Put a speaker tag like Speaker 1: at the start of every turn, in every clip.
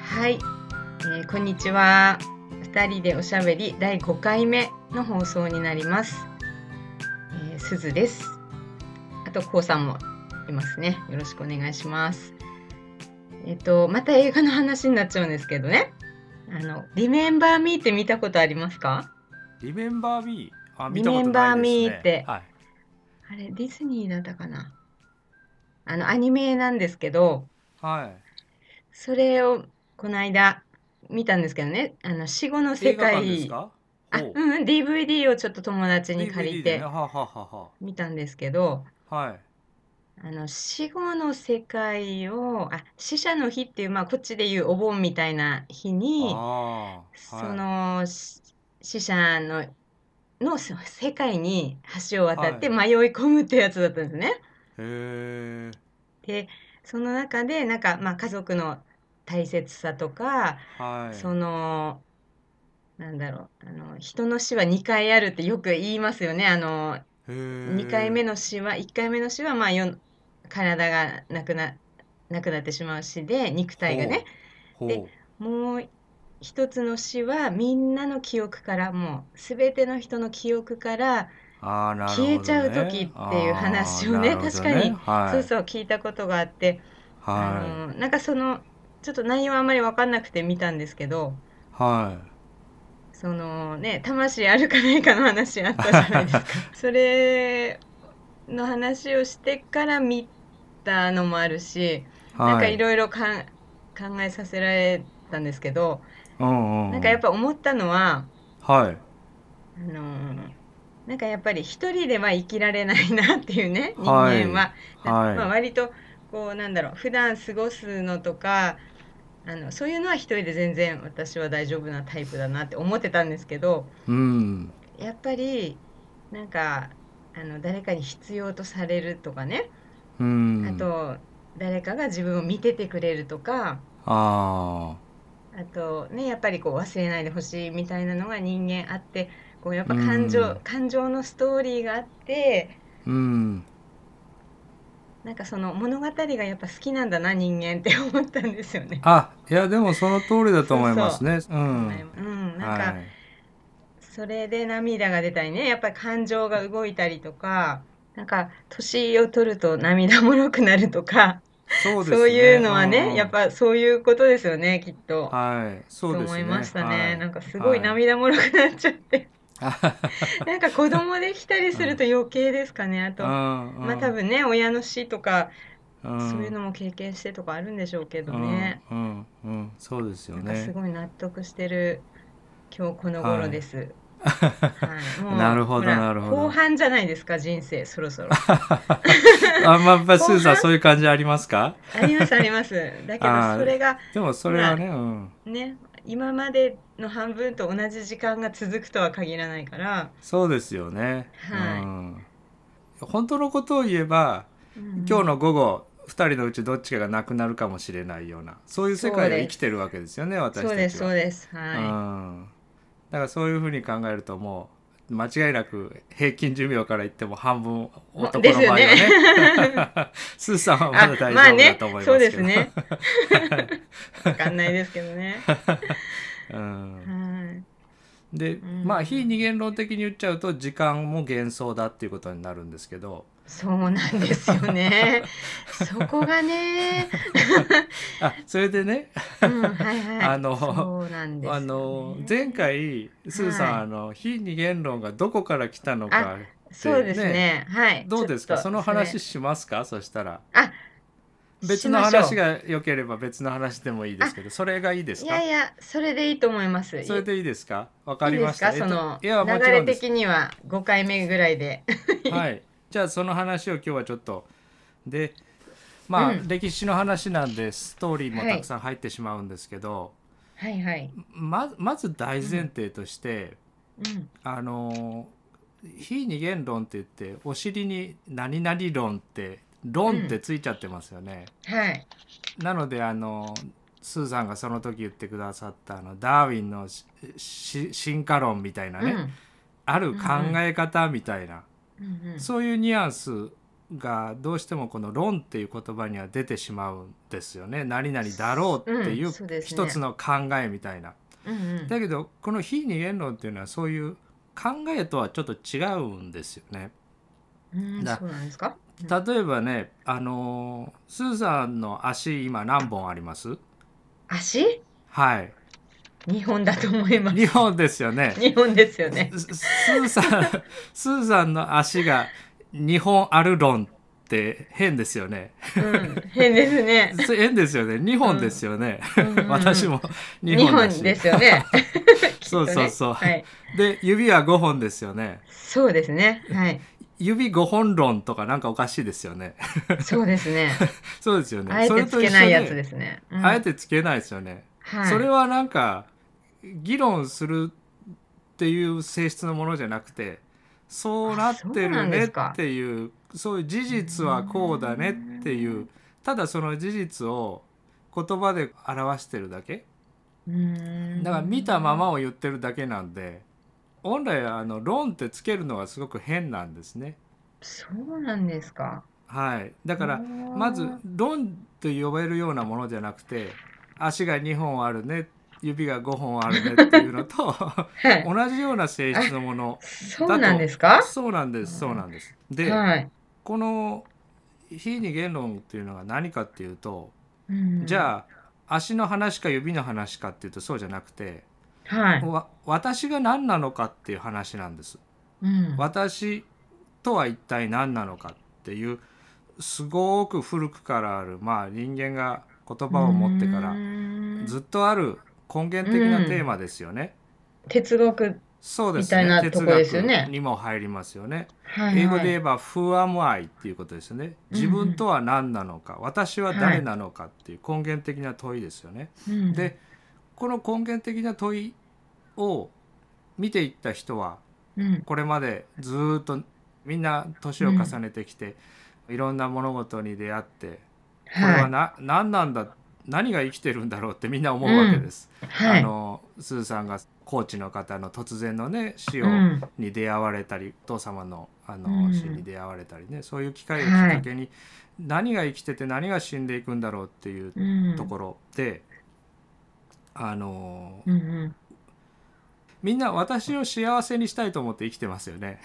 Speaker 1: はい、えーこんにちは。二人でおしゃべり第5回目の放送になります。えー、すずです。あと、こうさんもいますね。よろしくお願いします。えっ、と、また映画の話になっちゃうんですけどね。あの、リメンバーミーって見たことありますか
Speaker 2: リメンバーミーあ見た
Speaker 1: リメ
Speaker 2: ことないですね。
Speaker 1: ンバーミーって
Speaker 2: はい。
Speaker 1: あれ、ディズニーだったかなあの、アニメなんですけど、
Speaker 2: は
Speaker 1: それをこの間見たんですけどね、あの死後の
Speaker 2: い。映
Speaker 1: 世
Speaker 2: 画館です
Speaker 1: 界、
Speaker 2: か？
Speaker 1: あ、
Speaker 2: お
Speaker 1: うんうん、DVD をちょっと友達に
Speaker 2: DVD
Speaker 1: 借り
Speaker 2: で
Speaker 1: て
Speaker 2: ねはあはあは
Speaker 1: 見たんですけど、
Speaker 2: あはあ。はい。
Speaker 1: あの死後の世界を、あ、死者の日っていう、まあこっちでいうお盆みたいな日に、
Speaker 2: ああ。
Speaker 1: そ
Speaker 2: はい。
Speaker 1: のし死者の、のそ世界に橋を渡って
Speaker 2: は
Speaker 1: 迷い込むってやつだったんですね。
Speaker 2: へえ。
Speaker 1: で、その中でなんか、まあ、家族の大切さとか、
Speaker 2: はい。
Speaker 1: そのなんだろうあの人の死は2回あるってよく言いますよねあの
Speaker 2: へえ。
Speaker 1: 2回目の死は1回目の死はまあよ体がなくななくなってしまう死で肉体がね
Speaker 2: ほう。
Speaker 1: でもう一つの死はみんなの記憶からもう全ての人の記憶から、
Speaker 2: ああなるほど、ね。
Speaker 1: 消えちゃう時っていう話をね
Speaker 2: あーなるほど
Speaker 1: 確かに
Speaker 2: はい。
Speaker 1: そうそう聞いたことがあって、あ
Speaker 2: は
Speaker 1: のなんかそのちょっと内容はあんまり分かんなくて見たんですけど
Speaker 2: い。はい。
Speaker 1: そのね魂あるかないかの話あったじゃない ですかそれの話をしてから見たのもあるし、
Speaker 2: はい。
Speaker 1: なんかいろいろかん考えさせられたんですけど、
Speaker 2: うんうん。
Speaker 1: なんかやっぱ思ったのは
Speaker 2: ぱ。はい。
Speaker 1: あのーなんかやっぱり一人では生きられないなっていうね人
Speaker 2: はい
Speaker 1: 間は、
Speaker 2: はい
Speaker 1: まあ、割とこうなんだろう普段過ごすのとかあのそういうのは一人で全然私は大丈夫なタイプだなって思ってたんですけど。
Speaker 2: うん。
Speaker 1: やっぱりなんかあの誰かに必要とされるとかね、
Speaker 2: うん。
Speaker 1: あ。と誰かが自分を見ててくれるとか
Speaker 2: あ
Speaker 1: あとねやっぱりこう忘れないでほしいみたいなのが人間あってこうやっぱ感情、
Speaker 2: うん
Speaker 1: 感情のストーリーがあって
Speaker 2: あ。うん。
Speaker 1: なんかその物語がやっぱ好きなんだな人間って思ったんですよね。
Speaker 2: あいやでもその通りだと思いますね。う。
Speaker 1: うんん、なん
Speaker 2: は
Speaker 1: か
Speaker 2: い。
Speaker 1: それで涙が出たりねやっぱり感情が動いたりとかなんか年を取ると涙もろくなるとか。
Speaker 2: そうですね。
Speaker 1: そういうのはね、
Speaker 2: うん
Speaker 1: やっぱそういうことですよね、きっと。
Speaker 2: はい、そう
Speaker 1: と
Speaker 2: ですね。
Speaker 1: 思いました
Speaker 2: は
Speaker 1: ね。
Speaker 2: い
Speaker 1: なんかすごい
Speaker 2: はい
Speaker 1: 涙もろくなっちゃって。
Speaker 2: う
Speaker 1: なんか子供できたりすると余計ですかね。あと、
Speaker 2: んうん
Speaker 1: まあ多分ね、親の死とか、
Speaker 2: うん
Speaker 1: そういうのも経験してとかあるんでしょうけどね。
Speaker 2: うんうんうんそうですよ
Speaker 1: なんかす
Speaker 2: ね。
Speaker 1: ごい納得してる今日この頃 です。はい、もう
Speaker 2: なるほど
Speaker 1: ほら
Speaker 2: なるほど
Speaker 1: 後半じゃないですか、人生、そろそろ。
Speaker 2: あまあやっぱ
Speaker 1: 後半
Speaker 2: スーさんそういう感じありますか？
Speaker 1: あります、あり ます。だけ
Speaker 2: は
Speaker 1: ど、
Speaker 2: い
Speaker 1: それが、
Speaker 2: でもそれはね、うん、
Speaker 1: ね、今までの半分と同じ時間が続くとは限らないから、
Speaker 2: そうですよね。
Speaker 1: はい
Speaker 2: うん、本当のことを言えば、
Speaker 1: うん
Speaker 2: 今日の午後二人のうちどっちかがなくなるかもしれないようなそういう世界で生きてるわけですよね私たちは。
Speaker 1: そうですそうですは
Speaker 2: うんだからそういうふうに考えるともう間違いなく平均寿命から言っても半分男の場合はね
Speaker 1: です、
Speaker 2: スーさんはいまだ大
Speaker 1: まあ
Speaker 2: 丈夫だ
Speaker 1: ね
Speaker 2: と思いま
Speaker 1: そう
Speaker 2: すけど、
Speaker 1: ですね わかんないですけどね
Speaker 2: うん、
Speaker 1: はい
Speaker 2: で、
Speaker 1: ん
Speaker 2: まあ非二元論的に言っちゃうと時間も幻想だっていうことになるんですけど
Speaker 1: そうなんですよ ねそこがね、
Speaker 2: あそれでね
Speaker 1: うん、はいはい
Speaker 2: あの
Speaker 1: そうなんですよ
Speaker 2: あ
Speaker 1: ね
Speaker 2: の前回スーさん、
Speaker 1: はい
Speaker 2: あの非二元論がどこから来たのかって
Speaker 1: そうですねはい
Speaker 2: どうですか
Speaker 1: ちょっと
Speaker 2: その話しますかそしたら
Speaker 1: あ
Speaker 2: 別
Speaker 1: し
Speaker 2: の
Speaker 1: ましょう
Speaker 2: 話が良ければ別の話でもいいですけどそれがいいです
Speaker 1: それ
Speaker 2: か
Speaker 1: いやいやそれでいいと思います
Speaker 2: それでいいですかわかりました
Speaker 1: いいですかその
Speaker 2: えっといやも
Speaker 1: 流
Speaker 2: ちろ
Speaker 1: れ
Speaker 2: んです
Speaker 1: 的には5回目ぐらいで
Speaker 2: はいじゃあその話を今日はちょっとでまあ、
Speaker 1: うん
Speaker 2: 歴史の話なんでストーリーも
Speaker 1: はい
Speaker 2: たくさん入ってしまうんですけど、
Speaker 1: はいはい、
Speaker 2: ままず大前提として、
Speaker 1: うん、
Speaker 2: あの非二元論って言ってお尻に何々論って論ってついちゃってますよね。
Speaker 1: はい
Speaker 2: なのであのスーさんがその時言ってくださったあのダーウィンのしし進化論みたいなね、
Speaker 1: うん
Speaker 2: ある考え方みたいな、
Speaker 1: うんうん
Speaker 2: そういうニュアンスがどうしてもこの「論」っていう言葉には出てしまうんですよね。何々だろうってい
Speaker 1: うん
Speaker 2: う
Speaker 1: そうですね
Speaker 2: 一つの考えみたいな。
Speaker 1: うんうん
Speaker 2: だけどこの「非二元論」っていうのはそういう考えとはちょっと違うんですよね。
Speaker 1: うん
Speaker 2: だ
Speaker 1: そうなんですか
Speaker 2: 例えばね、あのースーさんの足今何本あります
Speaker 1: 足
Speaker 2: はい。
Speaker 1: 日本だと思います
Speaker 2: 2本ですよね。
Speaker 1: 日本ですよね
Speaker 2: ススーさん、 スーさんの足が2本ある論って変ですよね。
Speaker 1: うん変ですね
Speaker 2: そ変ですよね。2本ですよね。
Speaker 1: うんうん
Speaker 2: 私も
Speaker 1: 日
Speaker 2: 2本だ
Speaker 1: 本
Speaker 2: し
Speaker 1: ですよ ねきっと
Speaker 2: そう
Speaker 1: ね
Speaker 2: そうそう。
Speaker 1: はい
Speaker 2: で、指は5本ですよね。
Speaker 1: そうですねはい
Speaker 2: 指5本論とかなんかおかしいですよね。
Speaker 1: そうです ね
Speaker 2: そうですよね。
Speaker 1: あえ
Speaker 2: そ
Speaker 1: て
Speaker 2: れ
Speaker 1: つ
Speaker 2: と一
Speaker 1: け
Speaker 2: 緒
Speaker 1: ないやつ
Speaker 2: で
Speaker 1: ですねうん
Speaker 2: あえてつけないですよね。
Speaker 1: はい
Speaker 2: それはなんか議論するっていう性質のものじゃなくてそうなって
Speaker 1: あそうな
Speaker 2: る
Speaker 1: んで
Speaker 2: ね
Speaker 1: すか
Speaker 2: っていうそういう事実はこうだねっていううただその事実を言葉で表してるだけ
Speaker 1: うん
Speaker 2: だから見たままを言ってるだけなんで本来あの論ってつけるのはすごく変なんですね。
Speaker 1: そうなんですか
Speaker 2: はい、だ
Speaker 1: だ
Speaker 2: からまず論と呼べるようなものじゃなくて足が2本あるね指が5本あるねっていうのと
Speaker 1: はい
Speaker 2: 同じような性質のもの
Speaker 1: そうなんですか
Speaker 2: そうなんですそうなんですで、
Speaker 1: はい
Speaker 2: この非二元論っていうのが何かっていうと、
Speaker 1: うん
Speaker 2: じゃあ足の話か指の話かっていうとそうじゃなくて、
Speaker 1: はい
Speaker 2: わ私が何なのかっていう話なんです
Speaker 1: うん
Speaker 2: 私とは一体何なのかっていうすごく古くからあるまあ人間が言葉を持ってから
Speaker 1: うん
Speaker 2: ずっとある根源的なテーマですよね。
Speaker 1: 哲学
Speaker 2: そうですね。
Speaker 1: みたいなとこですよね
Speaker 2: 哲学にも入りますよね。
Speaker 1: はいはい
Speaker 2: 英語で言えば「Who am I」っていうことですよね。自分とは何なのか、私は誰なのかっていう根源的な問いですよね。
Speaker 1: うん
Speaker 2: でこの根源的な問いを見ていった人は
Speaker 1: うん
Speaker 2: これまでずーっとみんな年を重ねてきて、いろんな物事に出会ってこれ
Speaker 1: は
Speaker 2: はいな、何なんだ何が生きてるんだろうってみんな思うわけです。
Speaker 1: は
Speaker 2: あ
Speaker 1: い
Speaker 2: のスーさんがコーチの方の突然のね死を
Speaker 1: うん
Speaker 2: に出会われたり、お父様のあ
Speaker 1: う
Speaker 2: の
Speaker 1: ん
Speaker 2: 死に出会われたりね、そういう機会をきっ
Speaker 1: はい
Speaker 2: かけに、何が生きてて何が死んでいくんだろうっていう
Speaker 1: うん
Speaker 2: ところで、あの
Speaker 1: うんうん
Speaker 2: みんな私を幸せにしたいと思って生きてますよね。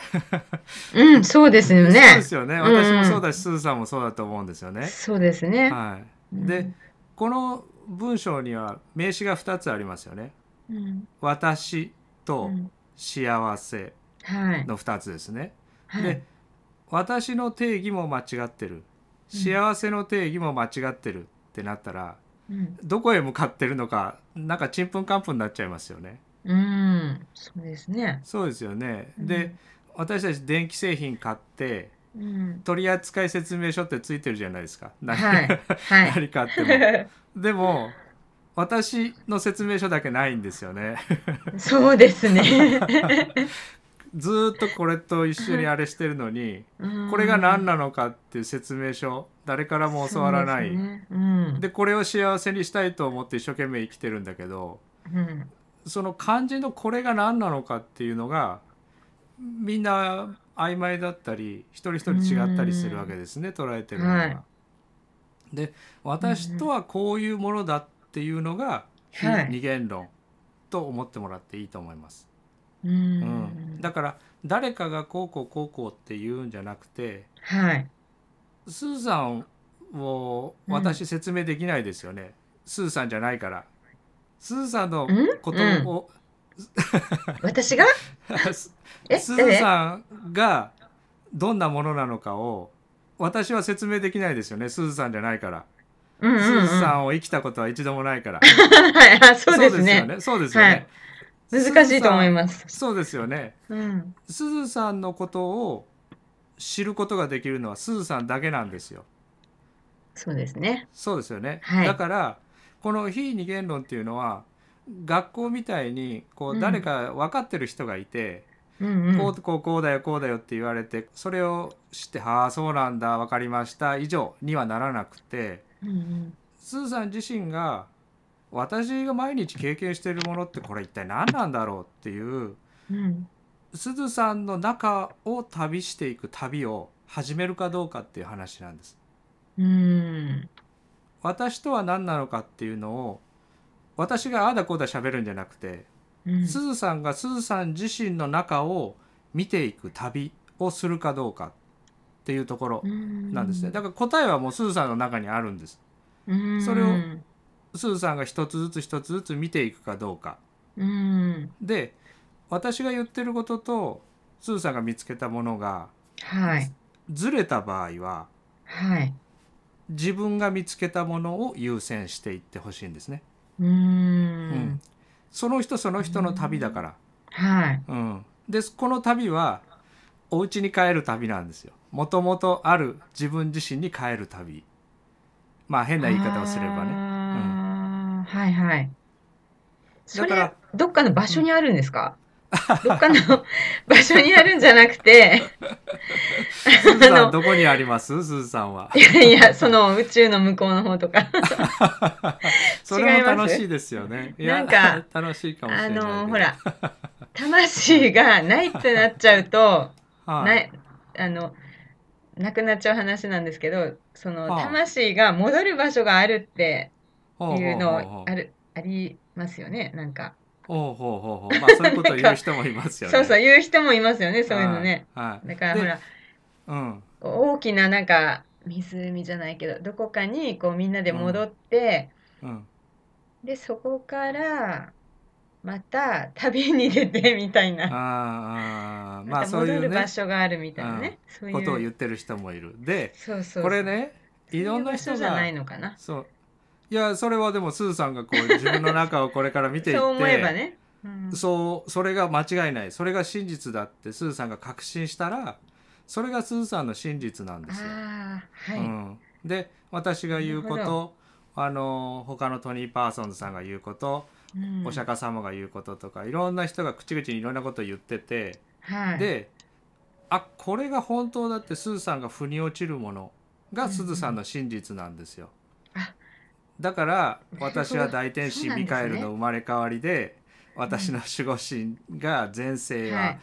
Speaker 1: うん、そうですよ
Speaker 2: そうで
Speaker 1: ね。
Speaker 2: すよ
Speaker 1: ん
Speaker 2: ね。私もそうだし、すずさんもそうだと思うんですよね。
Speaker 1: そうですね。
Speaker 2: はい。で、この文章には名詞が2つありますよね。
Speaker 1: うん、
Speaker 2: 私
Speaker 1: う
Speaker 2: と
Speaker 1: ん
Speaker 2: 幸せ
Speaker 1: はい。
Speaker 2: の2つですね。
Speaker 1: はい
Speaker 2: で、私の定義も間違ってる。幸せの定義も間違ってるってなったら、
Speaker 1: うん、
Speaker 2: どこへ向かってるのか、なんかちんぷんかんぷんになっちゃいますよね。
Speaker 1: うん、そうですね。
Speaker 2: そうですよね。で、私たち電気製品買って、
Speaker 1: うん、
Speaker 2: 取扱説明書ってついてるじゃないですか。
Speaker 1: うん、
Speaker 2: 何
Speaker 1: はい、はい。
Speaker 2: 何かあっても。でも私の説明書だけないんですよね
Speaker 1: そうですね。
Speaker 2: ずーっとこれと一緒にあれしてるのにこれが何なのかっていう説明書誰から
Speaker 1: の
Speaker 2: も教わらない
Speaker 1: そう
Speaker 2: で,、
Speaker 1: ですねうん、
Speaker 2: これを幸せにしたいと思って一生懸命生きてるんだけど
Speaker 1: うん、
Speaker 2: その漢字のこれが何なのかっていうのがみんな曖昧だったり一人一人違ったりするわけですね捉えてるのが。
Speaker 1: はい
Speaker 2: で私とはこういうものだっていうのが非
Speaker 1: はい
Speaker 2: 二元論と思ってもらっていいと思います。
Speaker 1: う
Speaker 2: うん
Speaker 1: ん、
Speaker 2: だから誰かがこうこうこうこうって言うんじゃなくて
Speaker 1: はい。
Speaker 2: スーさんを私説明できないですよね、スーさんじゃないから。スーさんの
Speaker 1: ん
Speaker 2: ことを、
Speaker 1: 私が。
Speaker 2: す
Speaker 1: え、
Speaker 2: すず
Speaker 1: 誰。
Speaker 2: さんがどんなものなのかを私は説明できないですよねすずさんじゃないから、
Speaker 1: うん、うん、
Speaker 2: す
Speaker 1: うん。
Speaker 2: ずさ
Speaker 1: は
Speaker 2: んを生きたことは一度もないから
Speaker 1: い、あ、 そうです
Speaker 2: よ
Speaker 1: ね。
Speaker 2: ねそうですよね、
Speaker 1: 難しいと思います。
Speaker 2: すそうですよね
Speaker 1: うん、
Speaker 2: すずさんのことを知ることができるのはすずさんだけなんですよ
Speaker 1: そうですね。
Speaker 2: そうですよね、
Speaker 1: はい
Speaker 2: だからこの非二元論っていうのは学校みたいにこ
Speaker 1: うん
Speaker 2: う誰か分かってる人がいて、
Speaker 1: うん、うん。
Speaker 2: こうこうこうだよこうだよって言われてそれを知って「ああそうなんだ分かりました」以上にはならなくて
Speaker 1: うんうん、
Speaker 2: スーさん自身が私が毎日経験しているものってこれ一体何なんだろうっていう
Speaker 1: うん、
Speaker 2: すずさんの中を旅していく旅を始めるかどうかっていう話なんです。
Speaker 1: うん。
Speaker 2: 私とは何なのかっていうのを私がああだこうだ喋るんじゃなくて、
Speaker 1: うん
Speaker 2: すずさんがすずさん自身の中を見ていく旅をするかどうかっていうところなんですね。だから答えはもうすずさんの中にあるんです。
Speaker 1: うん
Speaker 2: それをすずさんが一つずつ一つずつ見ていくかどうか。
Speaker 1: うん。
Speaker 2: で私が言ってることとすずさんが見つけたものが
Speaker 1: はい。
Speaker 2: ずれた場合は
Speaker 1: はい。
Speaker 2: 自分が見つけたものを優先していってほしいんですね。
Speaker 1: うー
Speaker 2: うん
Speaker 1: ん。
Speaker 2: その人その人の旅だから。
Speaker 1: はい。
Speaker 2: うん、でこの旅はお家に帰る旅なんですよ。もともとある自分自身に帰る旅。まあ変な言い方をすればね。
Speaker 1: ね。はいはい。そ
Speaker 2: だか
Speaker 1: れ
Speaker 2: ら、
Speaker 1: どっかの場所にあるんですかどっかの 場所にあるんじゃなく て、
Speaker 2: すず
Speaker 1: あ
Speaker 2: さん
Speaker 1: の
Speaker 2: どこにありますすず さんは。
Speaker 1: いやいや、その宇宙の向こうの方とか。
Speaker 2: それも
Speaker 1: 違いま
Speaker 2: 楽
Speaker 1: す
Speaker 2: しいですよね。い
Speaker 1: な
Speaker 2: や
Speaker 1: んか
Speaker 2: 楽しいかもし
Speaker 1: あ
Speaker 2: れないけど。
Speaker 1: の、ほら、魂がないってなっちゃうと、
Speaker 2: はい、
Speaker 1: ない、あの、なくなっちゃう話なんですけど、その
Speaker 2: はあ
Speaker 1: 魂が戻る場所があるって
Speaker 2: ほ
Speaker 1: い
Speaker 2: うほ
Speaker 1: う
Speaker 2: う
Speaker 1: の
Speaker 2: ほうほう
Speaker 1: ある、ありますよね、なんか。
Speaker 2: ほうほうほうほう。まあそういうことを言う人もいますよね。
Speaker 1: そうそう、言う人もいますよね、そういうのね。
Speaker 2: はい。はい。
Speaker 1: だから
Speaker 2: で
Speaker 1: ほら、
Speaker 2: うん。
Speaker 1: こう大きななんか湖じゃないけど、どこかにこうみんなで戻って、
Speaker 2: うん。
Speaker 1: で、そこからまた旅に出てみたいな、
Speaker 2: あーあー、ま
Speaker 1: ま
Speaker 2: あ
Speaker 1: た
Speaker 2: そうい
Speaker 1: 戻
Speaker 2: う
Speaker 1: る
Speaker 2: ね
Speaker 1: 場、所があるみたいなね、そういう、
Speaker 2: ことを言ってる人もいる。で、
Speaker 1: そうそう
Speaker 2: これね、いろんな人
Speaker 1: そういう場所じゃ
Speaker 2: が
Speaker 1: な、いのかな。
Speaker 2: そう。いや、それはでも、すずさんがこう、自分の中をこれから見ていっ て、
Speaker 1: そう思えばね。うん
Speaker 2: そう、それが間違いない、それが真実だって、すずさんが確信したら、それがすずさんの真実なんですよ。
Speaker 1: ああ、はい。
Speaker 2: うん、で私が言うこ
Speaker 1: なるほ
Speaker 2: とあの他のトニー・パーソンズさんが言うこと、
Speaker 1: うん
Speaker 2: お釈迦様が言うこととかいろんな人が口々にいろんなこと言ってて、
Speaker 1: はい。
Speaker 2: であこれが本当だってすずさんが腑に落ちるものがすずさんの真実なんですよ。
Speaker 1: うんあ
Speaker 2: だから
Speaker 1: なるほど
Speaker 2: 私は大天
Speaker 1: そう
Speaker 2: 使
Speaker 1: なんですね
Speaker 2: ミカエルの生まれ変わりで私の守護神が前世
Speaker 1: は
Speaker 2: はい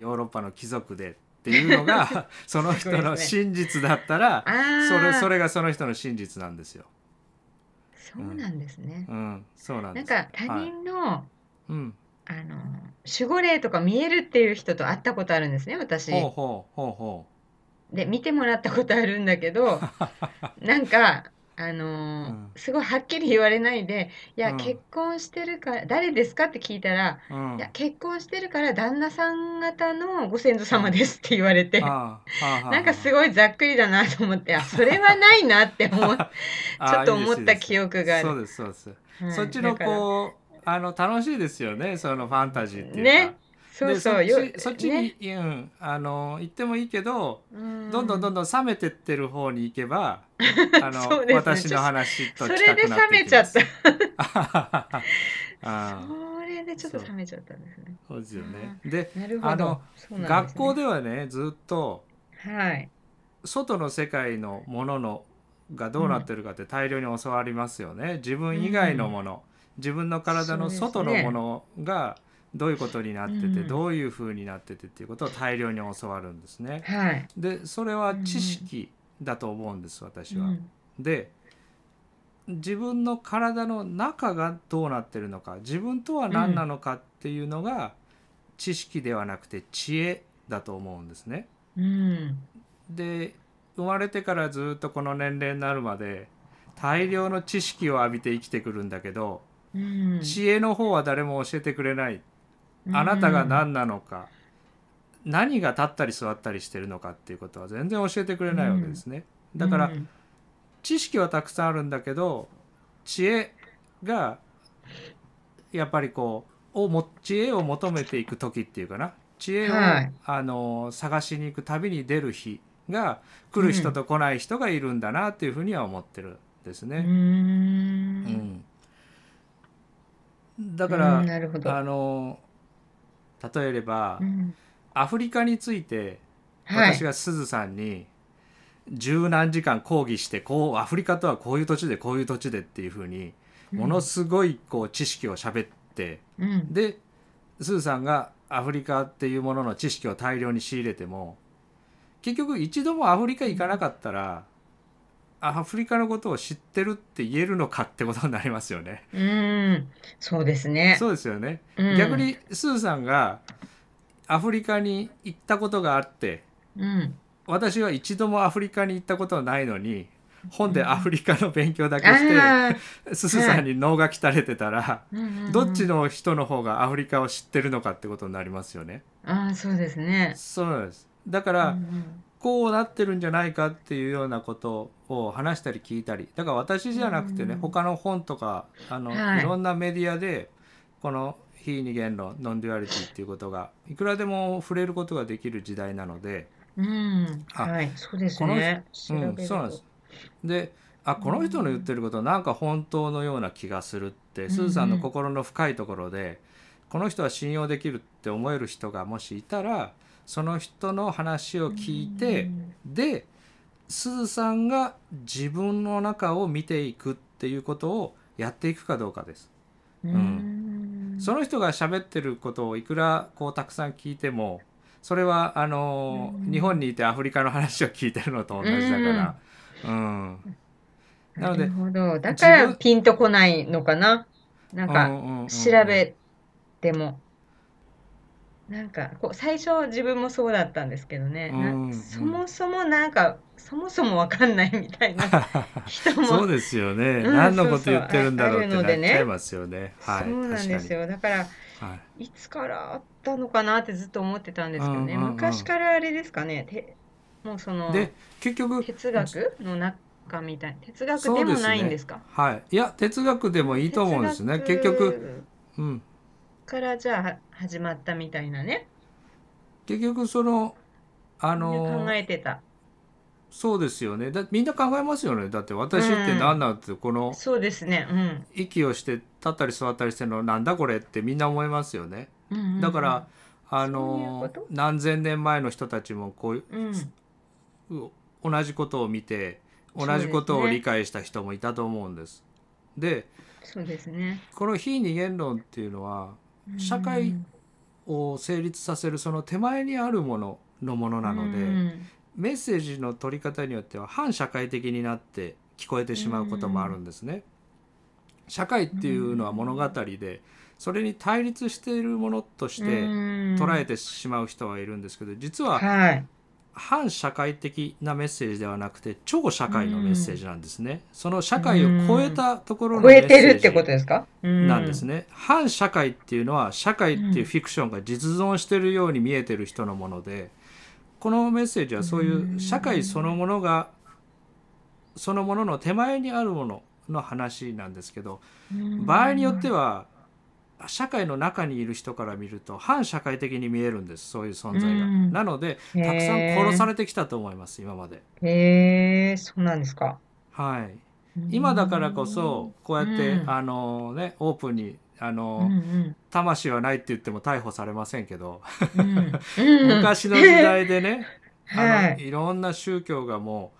Speaker 2: ヨーロッパの貴族でっていうのが、 その人の真実だったら
Speaker 1: ああ、
Speaker 2: それそれがその人の真実なんですよ。
Speaker 1: そうなんですね。
Speaker 2: うん、そうな
Speaker 1: な
Speaker 2: んで
Speaker 1: ん
Speaker 2: す。
Speaker 1: か他
Speaker 2: はい
Speaker 1: 人の、
Speaker 2: うん、
Speaker 1: あの守護霊とか見えるっていう人と会ったことあるんですね私。
Speaker 2: ほうほうほうほ
Speaker 1: で見てもらったことあるんだけ どなんかあのー
Speaker 2: うん
Speaker 1: すごいはっきり言われないで「いや、
Speaker 2: うん
Speaker 1: 結婚してるから誰ですか?」って聞いたら
Speaker 2: う。うん。
Speaker 1: 「いや結婚してるから旦那さん方のご先祖様です」って言われて。
Speaker 2: ああああああ
Speaker 1: なんかすごいざっくりだなと思って、あ、それはないなって思っ ち
Speaker 2: あ
Speaker 1: ょっと
Speaker 2: いい
Speaker 1: 思
Speaker 2: で
Speaker 1: っ
Speaker 2: すいい
Speaker 1: た
Speaker 2: です
Speaker 1: 記憶がある。
Speaker 2: そうですそうです、
Speaker 1: はい
Speaker 2: そっちの
Speaker 1: だから
Speaker 2: こうあの楽しいですよねそのファンタジーっていうか
Speaker 1: ねそう
Speaker 2: で
Speaker 1: そう、
Speaker 2: そっ
Speaker 1: よ
Speaker 2: ちそっちに、
Speaker 1: ね、
Speaker 2: うん、あの行ってもいいけどどんどんどん
Speaker 1: ど
Speaker 2: どん冷めてってる方に行 けばあ
Speaker 1: そ
Speaker 2: の、
Speaker 1: うですね
Speaker 2: 私の話と
Speaker 1: それ
Speaker 2: 近
Speaker 1: で
Speaker 2: く
Speaker 1: 冷
Speaker 2: なってい
Speaker 1: め
Speaker 2: き
Speaker 1: ちゃ
Speaker 2: ま
Speaker 1: っ
Speaker 2: す
Speaker 1: た。
Speaker 2: たああ
Speaker 1: それでちょっと冷めちゃったんですね。
Speaker 2: そうですよねで
Speaker 1: なるほ
Speaker 2: あ
Speaker 1: ど
Speaker 2: の。
Speaker 1: そうなんで
Speaker 2: 学
Speaker 1: す
Speaker 2: 校
Speaker 1: ね。
Speaker 2: ではねずっと
Speaker 1: はい。
Speaker 2: 外の世界のもののがどうなってるかって大量に教わりますよね、自分以外のもの、自分の体の外のものがどういうことになってて、
Speaker 1: うん
Speaker 2: どういうふうになっててっていうことを大量に教わるんですね。
Speaker 1: はい。
Speaker 2: でそれは知識だと思うんです私は。
Speaker 1: うん
Speaker 2: で自分の体の中がどうなってるのか自分とは何なのかっていうのが知識ではなくて知恵だと思うんですね。
Speaker 1: うん。
Speaker 2: で生まれてからずっとこの年齢になるまで大量の知識を浴びて生きてくるんだけど、
Speaker 1: うん。
Speaker 2: 知恵の方は誰も教えてくれない、あなたが何なのか何が立ったり座ったりしてるのかっていうことは全然教えてくれないわけですね、
Speaker 1: うん
Speaker 2: だから
Speaker 1: うん
Speaker 2: 知識はたくさんあるんだけど知恵がやっぱりこうをも知恵を求めていく時っていうかな知恵を、
Speaker 1: はい
Speaker 2: あの探しに行く旅に出る日が来る人と来ない人がいるんだなっていうふうには思ってるんです
Speaker 1: うー
Speaker 2: ね。
Speaker 1: ん。
Speaker 2: うんだから、
Speaker 1: うんなるほど。
Speaker 2: あの例えれば、
Speaker 1: うん
Speaker 2: アフリカについて
Speaker 1: はい。
Speaker 2: 私がすずさんに十何時間講義してこうアフリカとはこういう土地でこういう土地でっていうふうにものすごいこう知識を喋って、
Speaker 1: うんうん
Speaker 2: でスーさんがアフリカっていうものの知識を大量に仕入れても結局一度もアフリカ行かなかったらアフリカのことを知ってるって言えるのかってことになりますよね。
Speaker 1: うーん、そうですね。
Speaker 2: そうですよね。
Speaker 1: うん
Speaker 2: 逆、にスーさんがアフリカに行ったことがあって
Speaker 1: うん、
Speaker 2: 私は一度もアフリカに行ったことはないのに本でアフリカの勉強だけして、
Speaker 1: ああ、
Speaker 2: すすさんに脳が鍛れてたら、
Speaker 1: うんうんうん
Speaker 2: どっちの人の方がアフリカを知ってるのかってことになりますよね。
Speaker 1: ああ、そうですね。
Speaker 2: そうなんです。だか
Speaker 1: う
Speaker 2: ら、
Speaker 1: ん
Speaker 2: こうなってるんじゃないかっていうようなことを話したり聞いたりだから私じゃなくてね、
Speaker 1: うん
Speaker 2: 他の本とかあの、
Speaker 1: はい
Speaker 2: い、ろんなメディアでこの非二元論ノンデュアリティっていうことがいくらでも触れることができる時代なので、
Speaker 1: うん、うん
Speaker 2: あ
Speaker 1: はい、そうです
Speaker 2: この
Speaker 1: ね。
Speaker 2: う
Speaker 1: 調
Speaker 2: ん
Speaker 1: べる
Speaker 2: そうなんで
Speaker 1: と
Speaker 2: す。であこの人の言ってることなんか本当のような気がするって、スーさんの心の深いところでこの人は信用できるって思える人がもしいたらその人の話を聞いて、
Speaker 1: うん
Speaker 2: でスーさんが自分の中を見ていくっていうことをやっていくかどうかです。
Speaker 1: うん
Speaker 2: その人が喋ってることをいくらこうたくさん聞いてもそれはあのー
Speaker 1: うん
Speaker 2: 日本にいてアフリカの話を聞いてるのと同じだから、うんなので
Speaker 1: るほど。だか
Speaker 2: 自
Speaker 1: ら
Speaker 2: 分
Speaker 1: ピンとこないのかな。なん
Speaker 2: う
Speaker 1: か
Speaker 2: んうんうん
Speaker 1: 調べても。なんかこう最初自分もそうだったんですけどね、な
Speaker 2: うんうん
Speaker 1: そもそもなんかそもそもわかんないみたいな人も
Speaker 2: そうですよね、
Speaker 1: うん
Speaker 2: 何のこと
Speaker 1: そうそう
Speaker 2: 言ってるんだろうって
Speaker 1: ああるの
Speaker 2: な
Speaker 1: で
Speaker 2: っ
Speaker 1: ね
Speaker 2: ちゃいますよね。はい、
Speaker 1: そうなんですよ。だから、
Speaker 2: 確かにはい
Speaker 1: いつからあったのかなってずっと思ってたんですけどね。
Speaker 2: うんうんうん
Speaker 1: 昔からあれですかね。てもうその
Speaker 2: で結局
Speaker 1: 哲学の中みたいな。哲学でもないんですか。
Speaker 2: はい、いや哲学でもいいと思うんですね
Speaker 1: 哲
Speaker 2: 結
Speaker 1: 学
Speaker 2: 局、うん、
Speaker 1: からじゃあは始まったみたいなね。
Speaker 2: 結局そのあ
Speaker 1: みんな
Speaker 2: の
Speaker 1: 考えてた。
Speaker 2: そうですよねだみんな考えますよねだって私っ
Speaker 1: う
Speaker 2: て
Speaker 1: ん
Speaker 2: 何なんてこの
Speaker 1: そうですね。うん
Speaker 2: 息をして立ったり座ったりしてるのなんだこれってみんな思いますよね
Speaker 1: うんうんうん。
Speaker 2: だから、あ
Speaker 1: そうい
Speaker 2: の
Speaker 1: うこと
Speaker 2: 何千年前の人たちもこうい
Speaker 1: うん、
Speaker 2: う同じことを見て同
Speaker 1: そうです
Speaker 2: じ
Speaker 1: ね
Speaker 2: ことを理解した人もいたと思うんです。で
Speaker 1: そうですね。
Speaker 2: この非二元論っていうのは
Speaker 1: うん
Speaker 2: 社会を成立させるその手前にあるもののものなので。
Speaker 1: うん
Speaker 2: メッセージの取り方によっては反社会的になって聞こえてしまうこともあるんですね。社会っていうのは物語でそれに対立しているものとして捉えてしまう人はいるんですけど実
Speaker 1: うん
Speaker 2: は
Speaker 1: はい。
Speaker 2: 反社会的なメッセージではなくて超社会のメッセージなんですね。その社会を超えたところの
Speaker 1: 超えてるってこと
Speaker 2: メッセージ
Speaker 1: ですか。
Speaker 2: な
Speaker 1: なん
Speaker 2: です。ね。反社会っていうのは社会っていうフィクションが実存してるように見えてる人のものでこのメッセージはそう
Speaker 1: う
Speaker 2: いうん社会そのものがそのものの手前にあるものの話なんですけど
Speaker 1: うん
Speaker 2: 場合によっては社会の中にいる人から見ると反社会的に見えるんですそういう存在が。
Speaker 1: うん
Speaker 2: なので
Speaker 1: へー
Speaker 2: たくさん殺されてきたと思います今まで。
Speaker 1: へえ、そうなんですか。
Speaker 2: はい、今だからこそこうやって、
Speaker 1: うん
Speaker 2: あのねオープンにあの、
Speaker 1: うんうん
Speaker 2: 魂はないって言っても逮捕されませんけど、
Speaker 1: うんうん
Speaker 2: 昔の時代でね
Speaker 1: は
Speaker 2: あの
Speaker 1: い。
Speaker 2: いろんな宗教がも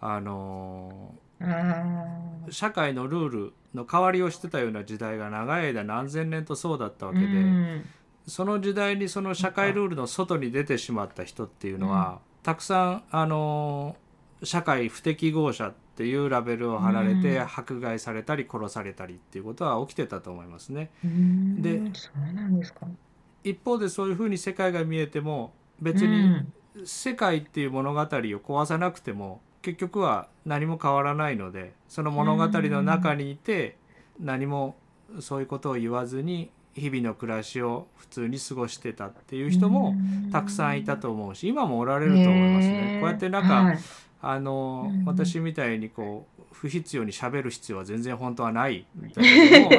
Speaker 2: うあの
Speaker 1: あー
Speaker 2: ー社会のルールの代わりをしてたような時代が長い間何千年とそうだったわけで、
Speaker 1: うん
Speaker 2: その時代にその社会ルールの外に出てしまった人っていうのは、たくさん、あのー社会不適合者っていうラベルを貼られて、
Speaker 1: うん
Speaker 2: 迫害されたり殺されたりっていうことは起きてたと思いますね。
Speaker 1: うん
Speaker 2: で
Speaker 1: そうなんですか。
Speaker 2: 一方でそういうふうに世界が見えても別
Speaker 1: う
Speaker 2: に
Speaker 1: ん
Speaker 2: 世界っていう物語を壊さなくても結局は何も変わらないのでその物語の中にいて何もそういうことを言わずに日々の暮らしを普通に過ごしてたっていう人もたくさんいたと思うし今もおられると思いますね。こうやってなんか、
Speaker 1: はい
Speaker 2: あの
Speaker 1: うん
Speaker 2: 私みたいにこう不必要に喋る必要は全然本当はないみ たいなのも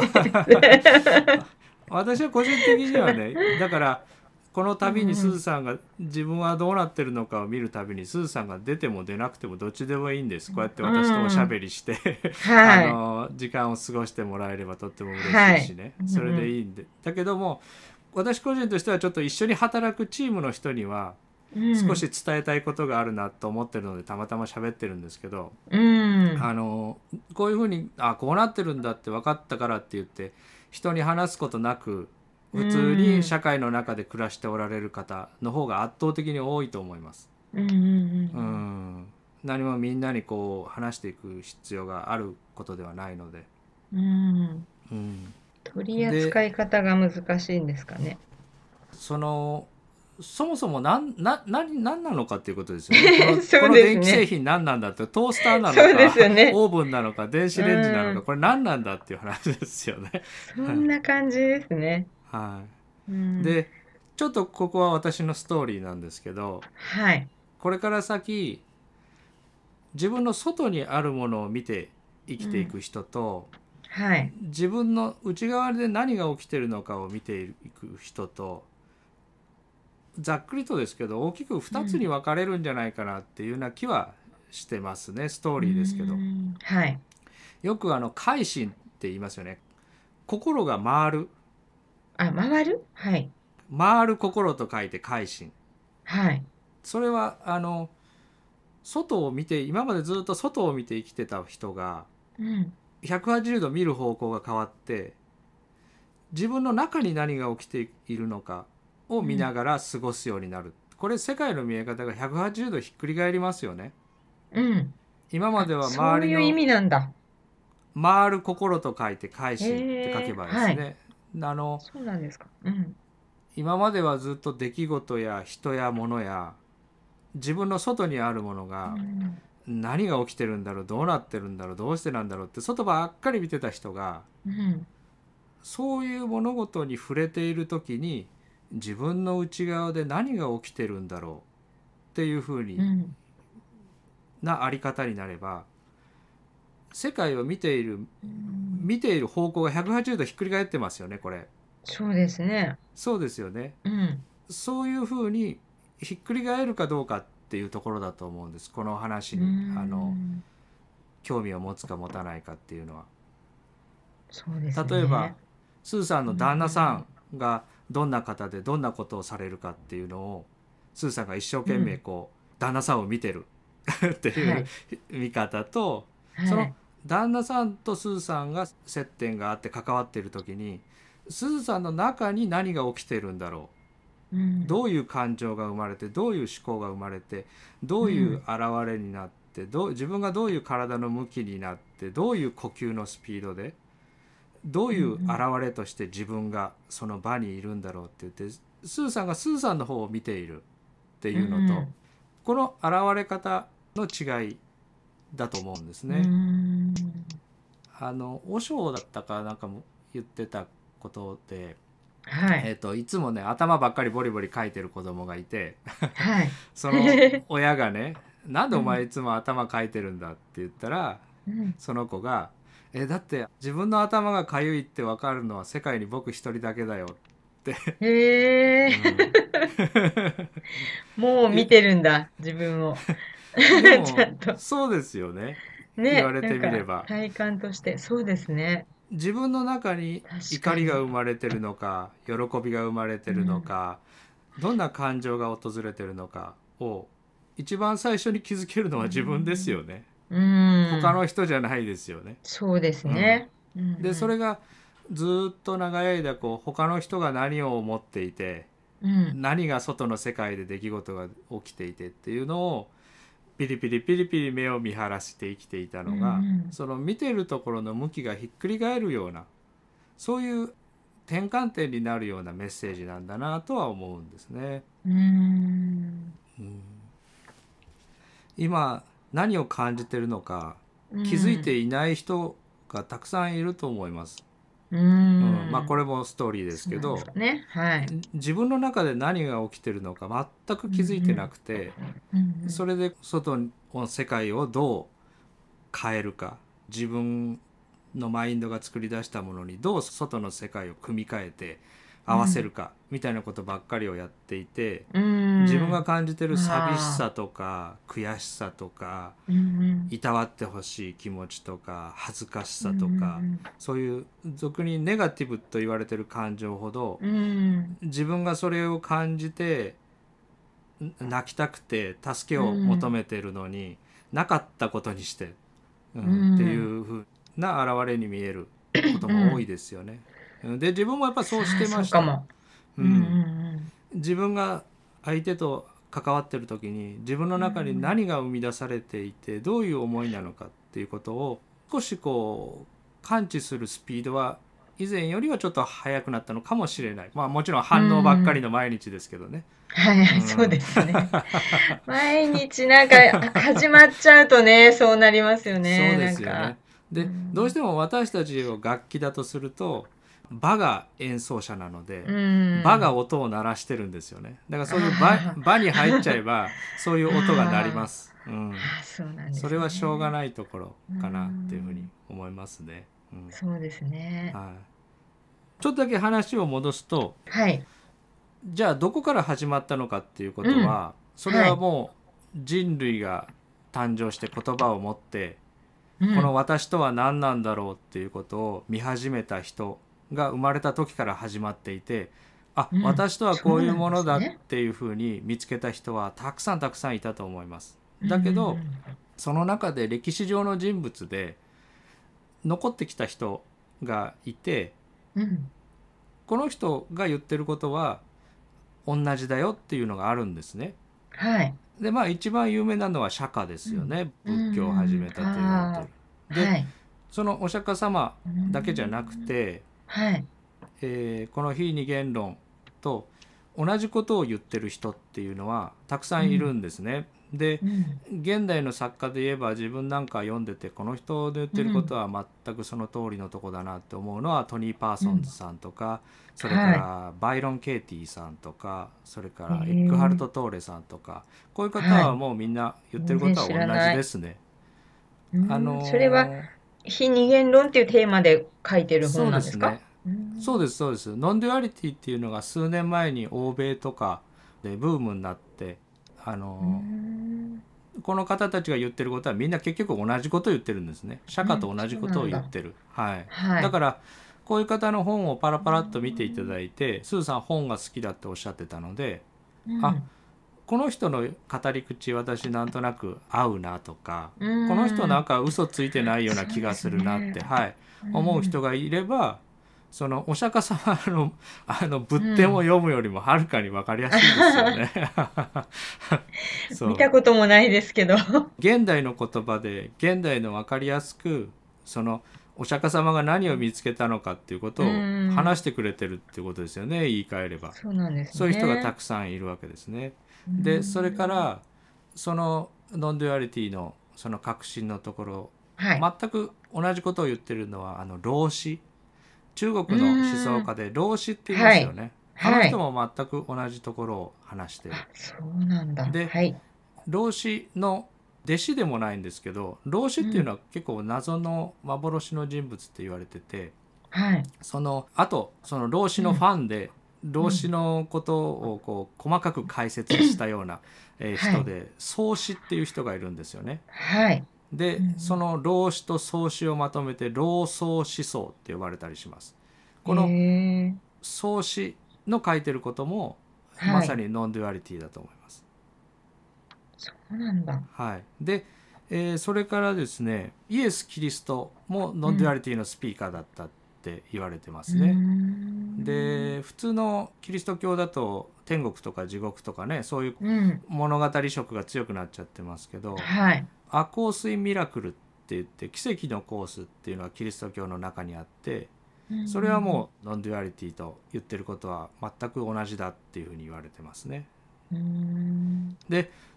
Speaker 2: 私は個人的にはねだからこの度にすずさんが自分はどうなってるのかを見るたびにすずさんが出ても出なくてもどっちでもいいんですこうやって私とおしゃべりして、
Speaker 1: はい
Speaker 2: あの時間を過ごしてもらえればとっても嬉しいしね、
Speaker 1: はい
Speaker 2: それでいいんで、だけども私個人としてはちょっと一緒に働くチームの人には
Speaker 1: うん
Speaker 2: 少し伝えたいことがあるなと思ってるのでたまたま喋ってるんですけど、
Speaker 1: うん
Speaker 2: あのこういうふうにあこうなってるんだって分かったからって言って人に話すことなく普通に社会の中で暮らしておられる方の方が圧倒的に多いと思います。
Speaker 1: うんうん
Speaker 2: う
Speaker 1: うん
Speaker 2: ん、何もみんなにこう話していく必要があることではないので、
Speaker 1: うん
Speaker 2: うん、
Speaker 1: 取り扱い方が難しいんですかね。
Speaker 2: そのそもそも何な何何なのかっていうことです よね。この
Speaker 1: そうですね
Speaker 2: この電気製品何なんだってトースターなの
Speaker 1: そうですよ
Speaker 2: か、
Speaker 1: ね
Speaker 2: オーブンなのか電子レンジなの
Speaker 1: うん
Speaker 2: かこれ何なんだっていう話ですよね。
Speaker 1: そんな感じですね。
Speaker 2: は
Speaker 1: う
Speaker 2: い、
Speaker 1: ん、
Speaker 2: でちょっとここは私のストーリーなんですけど
Speaker 1: はい。
Speaker 2: これから先自分の外にあるものを見て生きていく人と、
Speaker 1: はい。
Speaker 2: 自分の内側で何が起きてるのかを見ていく人とざっくりとですけど大きく2つに分かれるんじゃないかなっていうような気はしてますね、ストーリーですけど
Speaker 1: うんはい。
Speaker 2: よくあの「改心」って言いますよね心が回る
Speaker 1: あ、回るはい。
Speaker 2: 回る心と書いて「改心
Speaker 1: はい。」
Speaker 2: それはあの外を見て今までずっと外を見て生きてた人が
Speaker 1: うん。
Speaker 2: 180度見る方向が変わって自分の中に何が起きているのかを見ながら過ごすようになる、これ世界の見え方が180度ひっくり返りますよね
Speaker 1: うん。
Speaker 2: 今までは
Speaker 1: そう
Speaker 2: 周り
Speaker 1: いう意
Speaker 2: の
Speaker 1: 味なんだ。
Speaker 2: 回る心と書いて改心って書けばですね、あの
Speaker 1: そうなんですか。うん。
Speaker 2: 今まではずっと出来事や人や物や自分の外にあるものが
Speaker 1: うん
Speaker 2: 何が起きてるんだろうどうなってるんだろうどうしてなんだろうって外ばっかり見てた人が
Speaker 1: うん。
Speaker 2: そういう物事に触れている時に自分の内側で何が起きてるんだろうっていうふう
Speaker 1: う
Speaker 2: に
Speaker 1: ん。
Speaker 2: なあり方になれば世界を見ている見ている方向が180度ひっくり返ってますよねこれ
Speaker 1: そうですね。
Speaker 2: そうですよね
Speaker 1: うん。
Speaker 2: そういうふうにひっくり返るかどうかっていうところだと思うんですこの話に
Speaker 1: うん
Speaker 2: あの興味を持つか持たないかっていうのは。
Speaker 1: そうですね。
Speaker 2: 例えばスーさんの旦那さんがどんな方でどんなことをされるかっていうのをスーさんが一生懸命こう、旦那さんを見てる っていう、
Speaker 1: はい
Speaker 2: 見方と
Speaker 1: はい、
Speaker 2: その旦那さんとスーさんが接点があって関わっている時にスーさんの中に何が起きてるんだろ
Speaker 1: うん
Speaker 2: うどういう感情が生まれてどういう思考が生まれてどういう現れになって、どう自分がどういう体の向きになってどういう呼吸のスピードでどういう現れとして自分がその場にいるんだろうって言ってスーさんがスーさんの方を見ているっていうのと、
Speaker 1: うん
Speaker 2: この現れ方の違いだと思うんですね。
Speaker 1: うん
Speaker 2: あの和尚だったかなんかも言ってたことで、
Speaker 1: は
Speaker 2: え
Speaker 1: い。
Speaker 2: っといつもね頭ばっかりボリボリ書いてる子供がいて
Speaker 1: はい。
Speaker 2: そ の親がね「なんでお前いつも頭書いてるんだ」って言ったら、
Speaker 1: うん
Speaker 2: その子が「えだって自分の頭がかゆいって分かるのは世界に僕一人だけだよ」
Speaker 1: へえ、もう見てるんだ、自分を。
Speaker 2: うんで も
Speaker 1: ちゃんと
Speaker 2: そうですよね
Speaker 1: ね、
Speaker 2: 言われてみれば
Speaker 1: なんか体感として、そうですね。
Speaker 2: 自分の中に
Speaker 1: 確かに
Speaker 2: 怒りが生まれてるのか喜びが生まれてるのか、どんな感情が訪れてるのかを一番最初に気づけるのは自分ですよね、
Speaker 1: うん。
Speaker 2: 他の人じゃないですよね。
Speaker 1: そうですね。うん
Speaker 2: でそれ、がずっと長い間こう他の人が何を思っていて
Speaker 1: うん、
Speaker 2: 何が外の世界で出来事が起きていてっていうのをピリピリピリピリ目を見晴らして生きていたのが、
Speaker 1: うんうん
Speaker 2: その見てるところの向きがひっくり返るようなそういう転換点になるようなメッセージなんだなとは思うんですね。
Speaker 1: うん、
Speaker 2: うん今何を感じてるのか気づいていない人がたくさんいると思います。
Speaker 1: うん、
Speaker 2: うんまあこ
Speaker 1: れ
Speaker 2: れもストーリーですけど
Speaker 1: ね、はい。
Speaker 2: 自分の中で何が起きてるのか全く気づいてなくて。
Speaker 1: うんうん
Speaker 2: それで外の世界をどう変えるか自分のマインドが作り出したものにどう外の世界を組み替えて合わせるか、みたいなことばっかりをやっていて、
Speaker 1: うん
Speaker 2: 自分が、感じてる寂しさとか悔しさとか
Speaker 1: うんうん
Speaker 2: いたわってほしい気持ちとか恥ずかしさとか、
Speaker 1: うん
Speaker 2: そういう俗にネガティブと言われてる感情ほど、
Speaker 1: うん
Speaker 2: 自分がそれを感じてん泣きたくて助けを求めてるのに、なかったことにして、うん
Speaker 1: うん
Speaker 2: っていうふうな現れに見えることも多いですよね。うんで自分もやっぱそうしてまし
Speaker 1: あーそうか
Speaker 2: た。
Speaker 1: も。
Speaker 2: う
Speaker 1: うんうん
Speaker 2: ん自分が相手と関わってる時に自分の中に何が生み出されていてどういう思いなのかっていうことを少しこう感知するスピードは以前よりはちょっと速くなったのかもしれないまあもちろん反応ばっかりの毎日ですけどね。
Speaker 1: はいはい、
Speaker 2: うん
Speaker 1: そうですね。 毎日なんかあ始まっちゃうとね、そうなりますよね。
Speaker 2: そうですよね。で
Speaker 1: うん
Speaker 2: どうしても私たちを楽器だとすると場が演奏者なので。
Speaker 1: なんか。うん。
Speaker 2: 場が音を鳴らしてるんですよね。だからそう いう場場に入っちゃえばそういう音が鳴ります。うん、
Speaker 1: あそうなんです、ね。
Speaker 2: それはしょうがないところかなっていうふうに思いますね。うん
Speaker 1: そうですね。
Speaker 2: はい、ちょっとだけ話を戻すと
Speaker 1: はい。
Speaker 2: じゃあどこから始まったのかっていうことは、それはもう人類が誕生して言葉を持って、
Speaker 1: うん
Speaker 2: この私とは何なんだろうっていうことを見始めた人が生まれた時から始まっていてあ、
Speaker 1: うん
Speaker 2: 私とはこういうもの
Speaker 1: そうなん
Speaker 2: だっ
Speaker 1: ですね
Speaker 2: ていうふうに見つけた人はたくさんたくさんいたと思います。だけど、その中で歴史上の人物で残ってきた人がいて
Speaker 1: うんうん
Speaker 2: この人が言ってることは同じだよっていうのがあるんですね。
Speaker 1: はい。
Speaker 2: でまあ一番有名なのは釈迦ですよね、
Speaker 1: うん
Speaker 2: 仏教を始めたと言われてる。で
Speaker 1: はい。
Speaker 2: そのお釈迦様だけじゃなくて、
Speaker 1: はい。
Speaker 2: えーこの「非二元論」と同じことを言ってる人っていうのはたくさんいるんですね。で
Speaker 1: うん
Speaker 2: 現代の作家で言えば自分なんか読んでてこの人で言ってることは全くその通りのとこだなって思うのは、トニー・パーソンズさんとか、それからバイロン・ケイティさんとかそれからエックハルト・トーレさんとかこういう方はもうみんな言ってることは同じですね。
Speaker 1: うん
Speaker 2: あのー
Speaker 1: それは非二元論っていうテーマで書いてる
Speaker 2: そ
Speaker 1: 本
Speaker 2: う
Speaker 1: な
Speaker 2: で
Speaker 1: んですすか
Speaker 2: ね。
Speaker 1: うん
Speaker 2: そうですそうですノンデュアリティっていうのが数年前に欧米とかでブームになってあの、
Speaker 1: うん
Speaker 2: この方たちが言ってることはみんな結局同じことを言ってるんですね釈迦と同じことを言ってる、はい、
Speaker 1: はい。
Speaker 2: だからこういう方の本をパラパラっと見ていただいてスーさん本が好きだっておっしゃってたので
Speaker 1: うん
Speaker 2: あこの人の語り口私なんとなく合うなとか
Speaker 1: うん
Speaker 2: この人なんか嘘ついてないような気がするなっ
Speaker 1: そう
Speaker 2: て、
Speaker 1: ですね
Speaker 2: はい思う人がいればそのお釈迦様のあの仏典を読むよりもはるかに分かりやすいですよね。 そう
Speaker 1: 見たこともないですけど。
Speaker 2: 現代の言葉で現代の分かりやすくそのお釈迦様が何を見つけたのかっていうことを
Speaker 1: うん
Speaker 2: 話してくれてるってことですよね言い換えれば。
Speaker 1: そうなんですね。
Speaker 2: そういう人がたくさんいるわけですね。でそれか
Speaker 1: うん、
Speaker 2: らそのノンデュアリティのその革新のところ
Speaker 1: はい。
Speaker 2: 全く同じことを言ってるのはあの老子中国の思想家で老子って言いますよ
Speaker 1: は
Speaker 2: ね、
Speaker 1: いはい
Speaker 2: あの人も全く同じところを話してる、
Speaker 1: あそうなんだ。
Speaker 2: で
Speaker 1: はい。
Speaker 2: 老子の弟子でもないんですけど老子っていうのは結構謎の幻の人物って言われてて、
Speaker 1: はい。
Speaker 2: そのあとその老子のファンで、老子のことをこう細かく解説したような、えー
Speaker 1: はい
Speaker 2: 人で、老子っていう人がいるんですよね。
Speaker 1: はい。
Speaker 2: で、
Speaker 1: うん
Speaker 2: その老子と創子をまとめて老創思想って呼ばれたりします。この
Speaker 1: へー
Speaker 2: 創子の書いてることも、
Speaker 1: はい
Speaker 2: まさにノンデュアリティだと思います。
Speaker 1: そうなんだ。
Speaker 2: はい、で、えーそれからですねイエス・キリストもノンデュアリティのスピーカーだったって言われてます
Speaker 1: うー
Speaker 2: ね。
Speaker 1: ん、
Speaker 2: で普通のキリスト教だと天国とか地獄とかねそういう
Speaker 1: うん。
Speaker 2: 物語色が強くなっちゃってますけど。
Speaker 1: はい。
Speaker 2: アコース・イン・ミラクルって言って奇跡のコースっていうのはキリスト教の中にあってそれはもうノンデュアリティと言ってることは全く同じだっていうふうに言われてますね。
Speaker 1: うーん。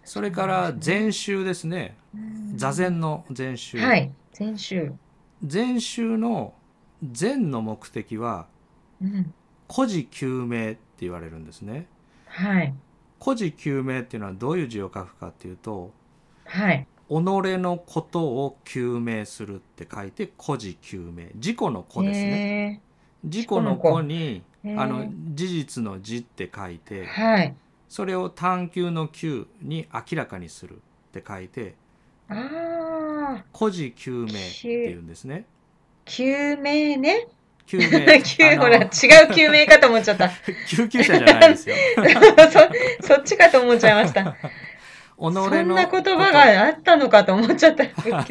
Speaker 2: それから禅宗ですね座禅の禅宗、
Speaker 1: はい。前週。
Speaker 2: 禅宗の禅の目的は
Speaker 1: うん。
Speaker 2: 孤児救命って言われるんですね。
Speaker 1: はい。
Speaker 2: 孤児救命っていうのはどういう字を書くかっていうと
Speaker 1: はい。
Speaker 2: 己のことを救命するって書いて孤児救命事故の子ですね。
Speaker 1: ね。
Speaker 2: 事故の子に
Speaker 1: へー
Speaker 2: あの事実の「字」って書いて
Speaker 1: はい。
Speaker 2: それを探求の「求」に明らかにするって書いて
Speaker 1: ああ、
Speaker 2: 「孤児救命」っていうんですね。
Speaker 1: 救命ね。
Speaker 2: 救
Speaker 1: 救ほら違
Speaker 2: あ
Speaker 1: う
Speaker 2: の
Speaker 1: 救命かと思っちゃった。
Speaker 2: 救急車じゃないですよ。
Speaker 1: そそっちかと思っちゃいま した。
Speaker 2: 己
Speaker 1: そ
Speaker 2: の
Speaker 1: んな言葉があったのかと思っちゃった。
Speaker 2: こと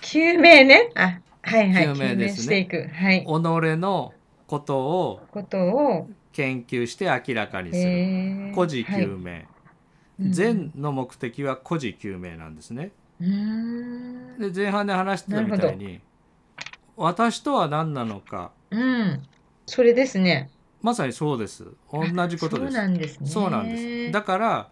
Speaker 1: 救命ね。あ、はいはい。
Speaker 2: 救命です
Speaker 1: し
Speaker 2: ね
Speaker 1: ていく。はい。
Speaker 2: 己のことを
Speaker 1: ことを、
Speaker 2: 研究して明らかにする
Speaker 1: えー
Speaker 2: 「孤児
Speaker 1: はい
Speaker 2: 救命」
Speaker 1: うん
Speaker 2: 善の目的は孤児救命なんですね。
Speaker 1: うーん
Speaker 2: で前半で話してたみたいに私とは何なのか
Speaker 1: うんそれですね
Speaker 2: まさにそうです同じことで
Speaker 1: あそう
Speaker 2: す
Speaker 1: なんですね
Speaker 2: そうなんですだから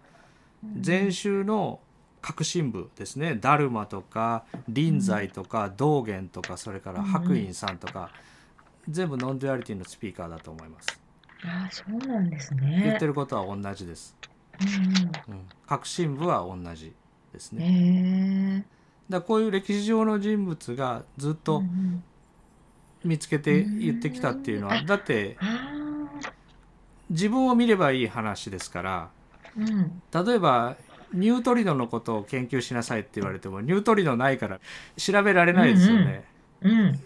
Speaker 2: 前週の核心部ですねダルマとか臨済とか道元とかそれから白隠さんとか全部ノンデュアリティのスピーカーだと思います
Speaker 1: あそうなんです
Speaker 2: 言
Speaker 1: ね
Speaker 2: ってることは同じです、うん、核心部は同じです
Speaker 1: うんうんへ
Speaker 2: ね
Speaker 1: え
Speaker 2: だからこういう歴史上の人物がずっ
Speaker 1: う
Speaker 2: と
Speaker 1: んうん
Speaker 2: 見つけて言ってきたっていうのは
Speaker 1: うん
Speaker 2: だって
Speaker 1: あ
Speaker 2: 自分を見ればいい話ですから
Speaker 1: ーうん
Speaker 2: 例えばニュートリノのことを研究しなさいって言われてもニュートリノないから調べられないですよね、
Speaker 1: うんうん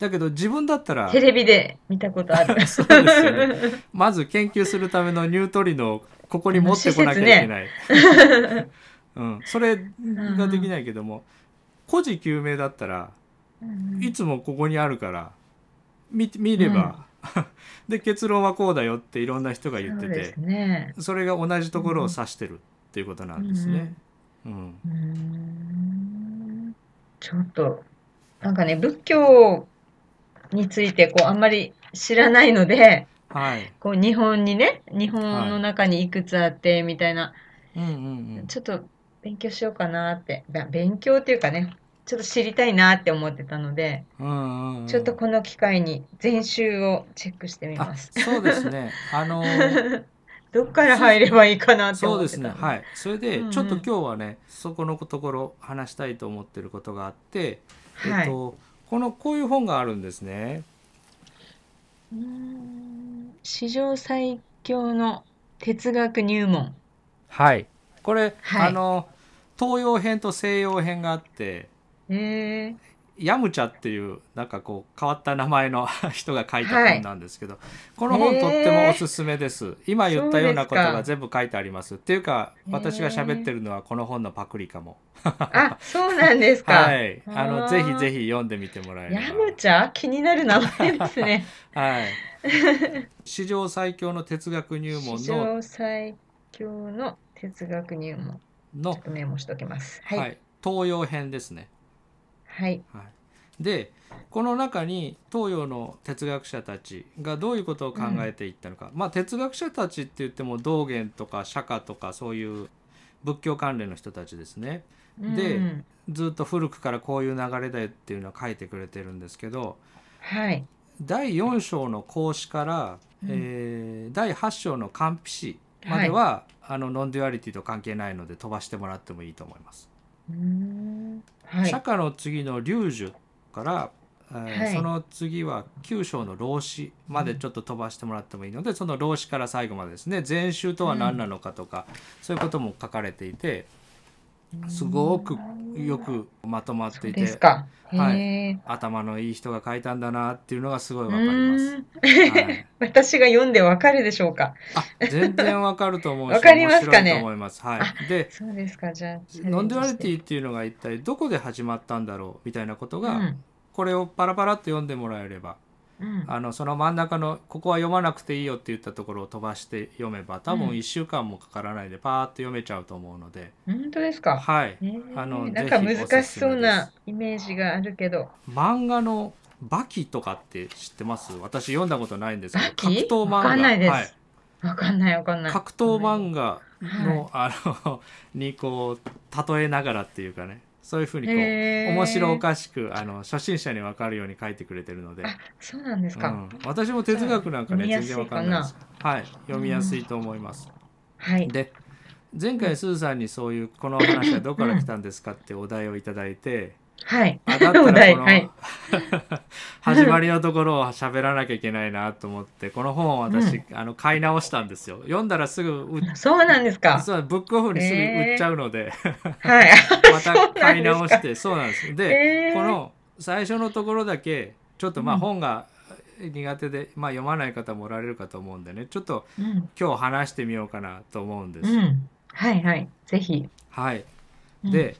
Speaker 2: だけど自分だったら
Speaker 1: テレビで見たことある
Speaker 2: そうですよねまず研究するためのニュートリノをここに持ってこなきゃいけない、 うん、それができないけども孤児救命だったら
Speaker 1: うんうん
Speaker 2: いつもここにあるから見見れば、 で結論はこうだよっていろんな人が言って
Speaker 1: そう
Speaker 2: て
Speaker 1: ですね
Speaker 2: そ,、れが同じところを指してるっていうことなんですね。うん
Speaker 1: うーんちょっとなんかね仏教についてこうあんまり知らないので
Speaker 2: はい
Speaker 1: こう日本にね日本の中にいくつあってみたいな、
Speaker 2: うんうんうん
Speaker 1: ちょっと勉強しようかなってべ勉強っていうかねちょっと知りたいなって思ってたので、
Speaker 2: うんうんうん
Speaker 1: ちょっとこの機会に全集をチェックしてみます。
Speaker 2: あそうですね。あ のー
Speaker 1: どっから入ればいいかなって
Speaker 2: そう
Speaker 1: 思
Speaker 2: で
Speaker 1: って
Speaker 2: す
Speaker 1: た
Speaker 2: ね。
Speaker 1: の
Speaker 2: はい。それで
Speaker 1: うんうん
Speaker 2: ちょっと今日はね、そこのところ話したいと思ってることがあって、
Speaker 1: は
Speaker 2: えっ
Speaker 1: い。
Speaker 2: とこのこういう本があるんですね。
Speaker 1: うーん史上最強の哲学入門。
Speaker 2: はい。これ、
Speaker 1: はい
Speaker 2: あの東洋編と西洋編があって。
Speaker 1: え
Speaker 2: ヤムチャっていうなんかこう変わった名前の 人が書いた本なんですけど、この本とってもおすすめです、今言ったようなこと
Speaker 1: そう
Speaker 2: が
Speaker 1: です
Speaker 2: 全部書いてありますっていうか
Speaker 1: へー
Speaker 2: 私が喋ってるのはこの本のパクリかも
Speaker 1: ー、あ、そうなんですか。
Speaker 2: はいあの
Speaker 1: あー
Speaker 2: ぜひぜひ読んでみてもらえれば
Speaker 1: ヤムチャ気になる名前ですね。
Speaker 2: はい 史上最強の哲学 入門
Speaker 1: 史
Speaker 2: の
Speaker 1: 上最強の哲学入門。
Speaker 2: の
Speaker 1: ちょっ、とメモしときます。は。
Speaker 2: はいい
Speaker 1: はい。
Speaker 2: 東洋編ですねはい、でこの中に東洋の哲学者たちがどういうことを考えていったのか、まあ哲学者たちって言っても道元とか釈迦とかそういう仏教関連の人たちですねで
Speaker 1: うん
Speaker 2: ずっと古くからこういう流れだよっていうのは書いてくれてるんですけど
Speaker 1: はい。
Speaker 2: 第4章の孔子から、
Speaker 1: うん
Speaker 2: えー第8章の完備子までは、あのノンデュアリティと関係ないので飛ばしてもらってもいいと思います。
Speaker 1: うーんはい。
Speaker 2: 釈迦の次の龍樹から、えー
Speaker 1: はい
Speaker 2: その次は九章の老子までちょっと飛ばしてもらってもいいので、その老子から最後までですね禅宗とは何なのかとか、そういうことも書かれていてすごくよくまとまっ
Speaker 1: そ
Speaker 2: て
Speaker 1: う
Speaker 2: い
Speaker 1: です
Speaker 2: て
Speaker 1: か。
Speaker 2: はい
Speaker 1: へー
Speaker 2: 頭のいい人が書いたんだなっていうのがすごいうわかります。
Speaker 1: ーん
Speaker 2: はい
Speaker 1: 私が読んでわかるでしょうか。
Speaker 2: あ全然わかると思う し
Speaker 1: わかりますかね
Speaker 2: 面白いと思います。はい、で
Speaker 1: そうですか。じゃあ。
Speaker 2: ノンデュアリテ
Speaker 1: ィ
Speaker 2: ィっていうのが一体どこで始まったんだろうみたいなことが、これをパラパラっと読んでもらえればあのその真ん中のここは読まなくていいよって言ったところを飛ばして読めば多分
Speaker 1: うん
Speaker 2: 1週間もかからないでパーッと読めちゃうと思うので、
Speaker 1: 本当ですか。
Speaker 2: はい
Speaker 1: へー
Speaker 2: あの
Speaker 1: なんか
Speaker 2: ぜひおすすめ
Speaker 1: 難しそうなイメージがあるけど。
Speaker 2: 漫画の「バキ」とかって知ってます私読んだことないんですけど
Speaker 1: バキ
Speaker 2: 格闘漫画
Speaker 1: わかんないです
Speaker 2: はい
Speaker 1: わかんないわかんない。
Speaker 2: 格闘漫画の,、あのにこう例えながらっていうかねそういうふうにこう、
Speaker 1: へー
Speaker 2: 面白おかしくあの初心者に分かるように書いてくれてるので
Speaker 1: あ、そうなんです
Speaker 2: う
Speaker 1: か
Speaker 2: ん。、私も哲学なんかね
Speaker 1: じゃあ
Speaker 2: 全然分かんないですはい読みやすいと思います、
Speaker 1: はい。
Speaker 2: で前回すずさんにそういうこの話はどこから来たんですかってお題をいただい て、
Speaker 1: はい。
Speaker 2: あだった
Speaker 1: お
Speaker 2: ら
Speaker 1: 題
Speaker 2: この、
Speaker 1: はい
Speaker 2: 始まりのところを喋らなきゃいけないなと思ってこの本を私、あの買い直したんですよ読んだらすぐ売っ
Speaker 1: そうなんですか。
Speaker 2: 実はブックオフにすぐ売っちゃう ので、
Speaker 1: はい。
Speaker 2: また買い直してそうなんで すで、
Speaker 1: えー
Speaker 2: この最初のところだけちょっとまあ
Speaker 1: うん
Speaker 2: 本が苦手で、まあ、読まない方もおられるかと思うんでねちょっと
Speaker 1: うん。
Speaker 2: 今日話してみようかなと思うんです、
Speaker 1: うん。はいはい。ぜひ。
Speaker 2: はい、
Speaker 1: うん、
Speaker 2: で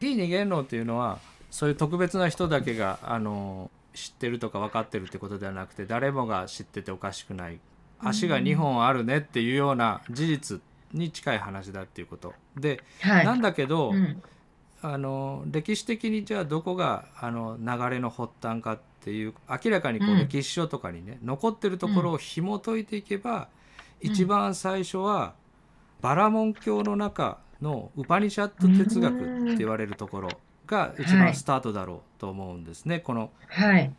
Speaker 2: 非二元論っていうのはそういう特別な人だけがあの知ってるとか分かってるってことではなくて誰もが知ってておかしくない足が2本あるねっていうような事実に近い話だっていうことで、
Speaker 1: はい。
Speaker 2: なんだけど、
Speaker 1: うん
Speaker 2: あの歴史的にじゃあどこがあの流れの発端かっていう明らかにこ
Speaker 1: う
Speaker 2: うん歴史書とかにね、残ってるところを紐解いていけば、
Speaker 1: うん
Speaker 2: 一番最初はバラモン教の中のウパニシャット哲学って言われるところが一
Speaker 1: は
Speaker 2: 番
Speaker 1: い
Speaker 2: スタートだろうと思うんですね。この
Speaker 1: はい。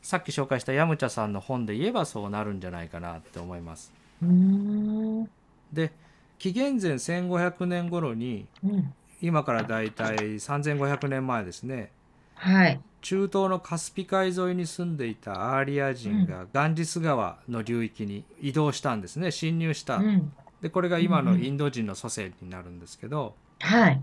Speaker 2: さっき紹介したヤムチャさんの本で言えばそうなるんじゃないかなって思います。
Speaker 1: うーん。
Speaker 2: で紀元前1500年頃に
Speaker 1: うん
Speaker 2: 今からだいたい3500年前ですね
Speaker 1: はい。
Speaker 2: 中東のカスピ海沿いに住んでいたアーリア人がガンジス川の流域に移動したんですね侵入した、
Speaker 1: うん。
Speaker 2: でこれが今のインド人の祖先になるんですけど
Speaker 1: はい。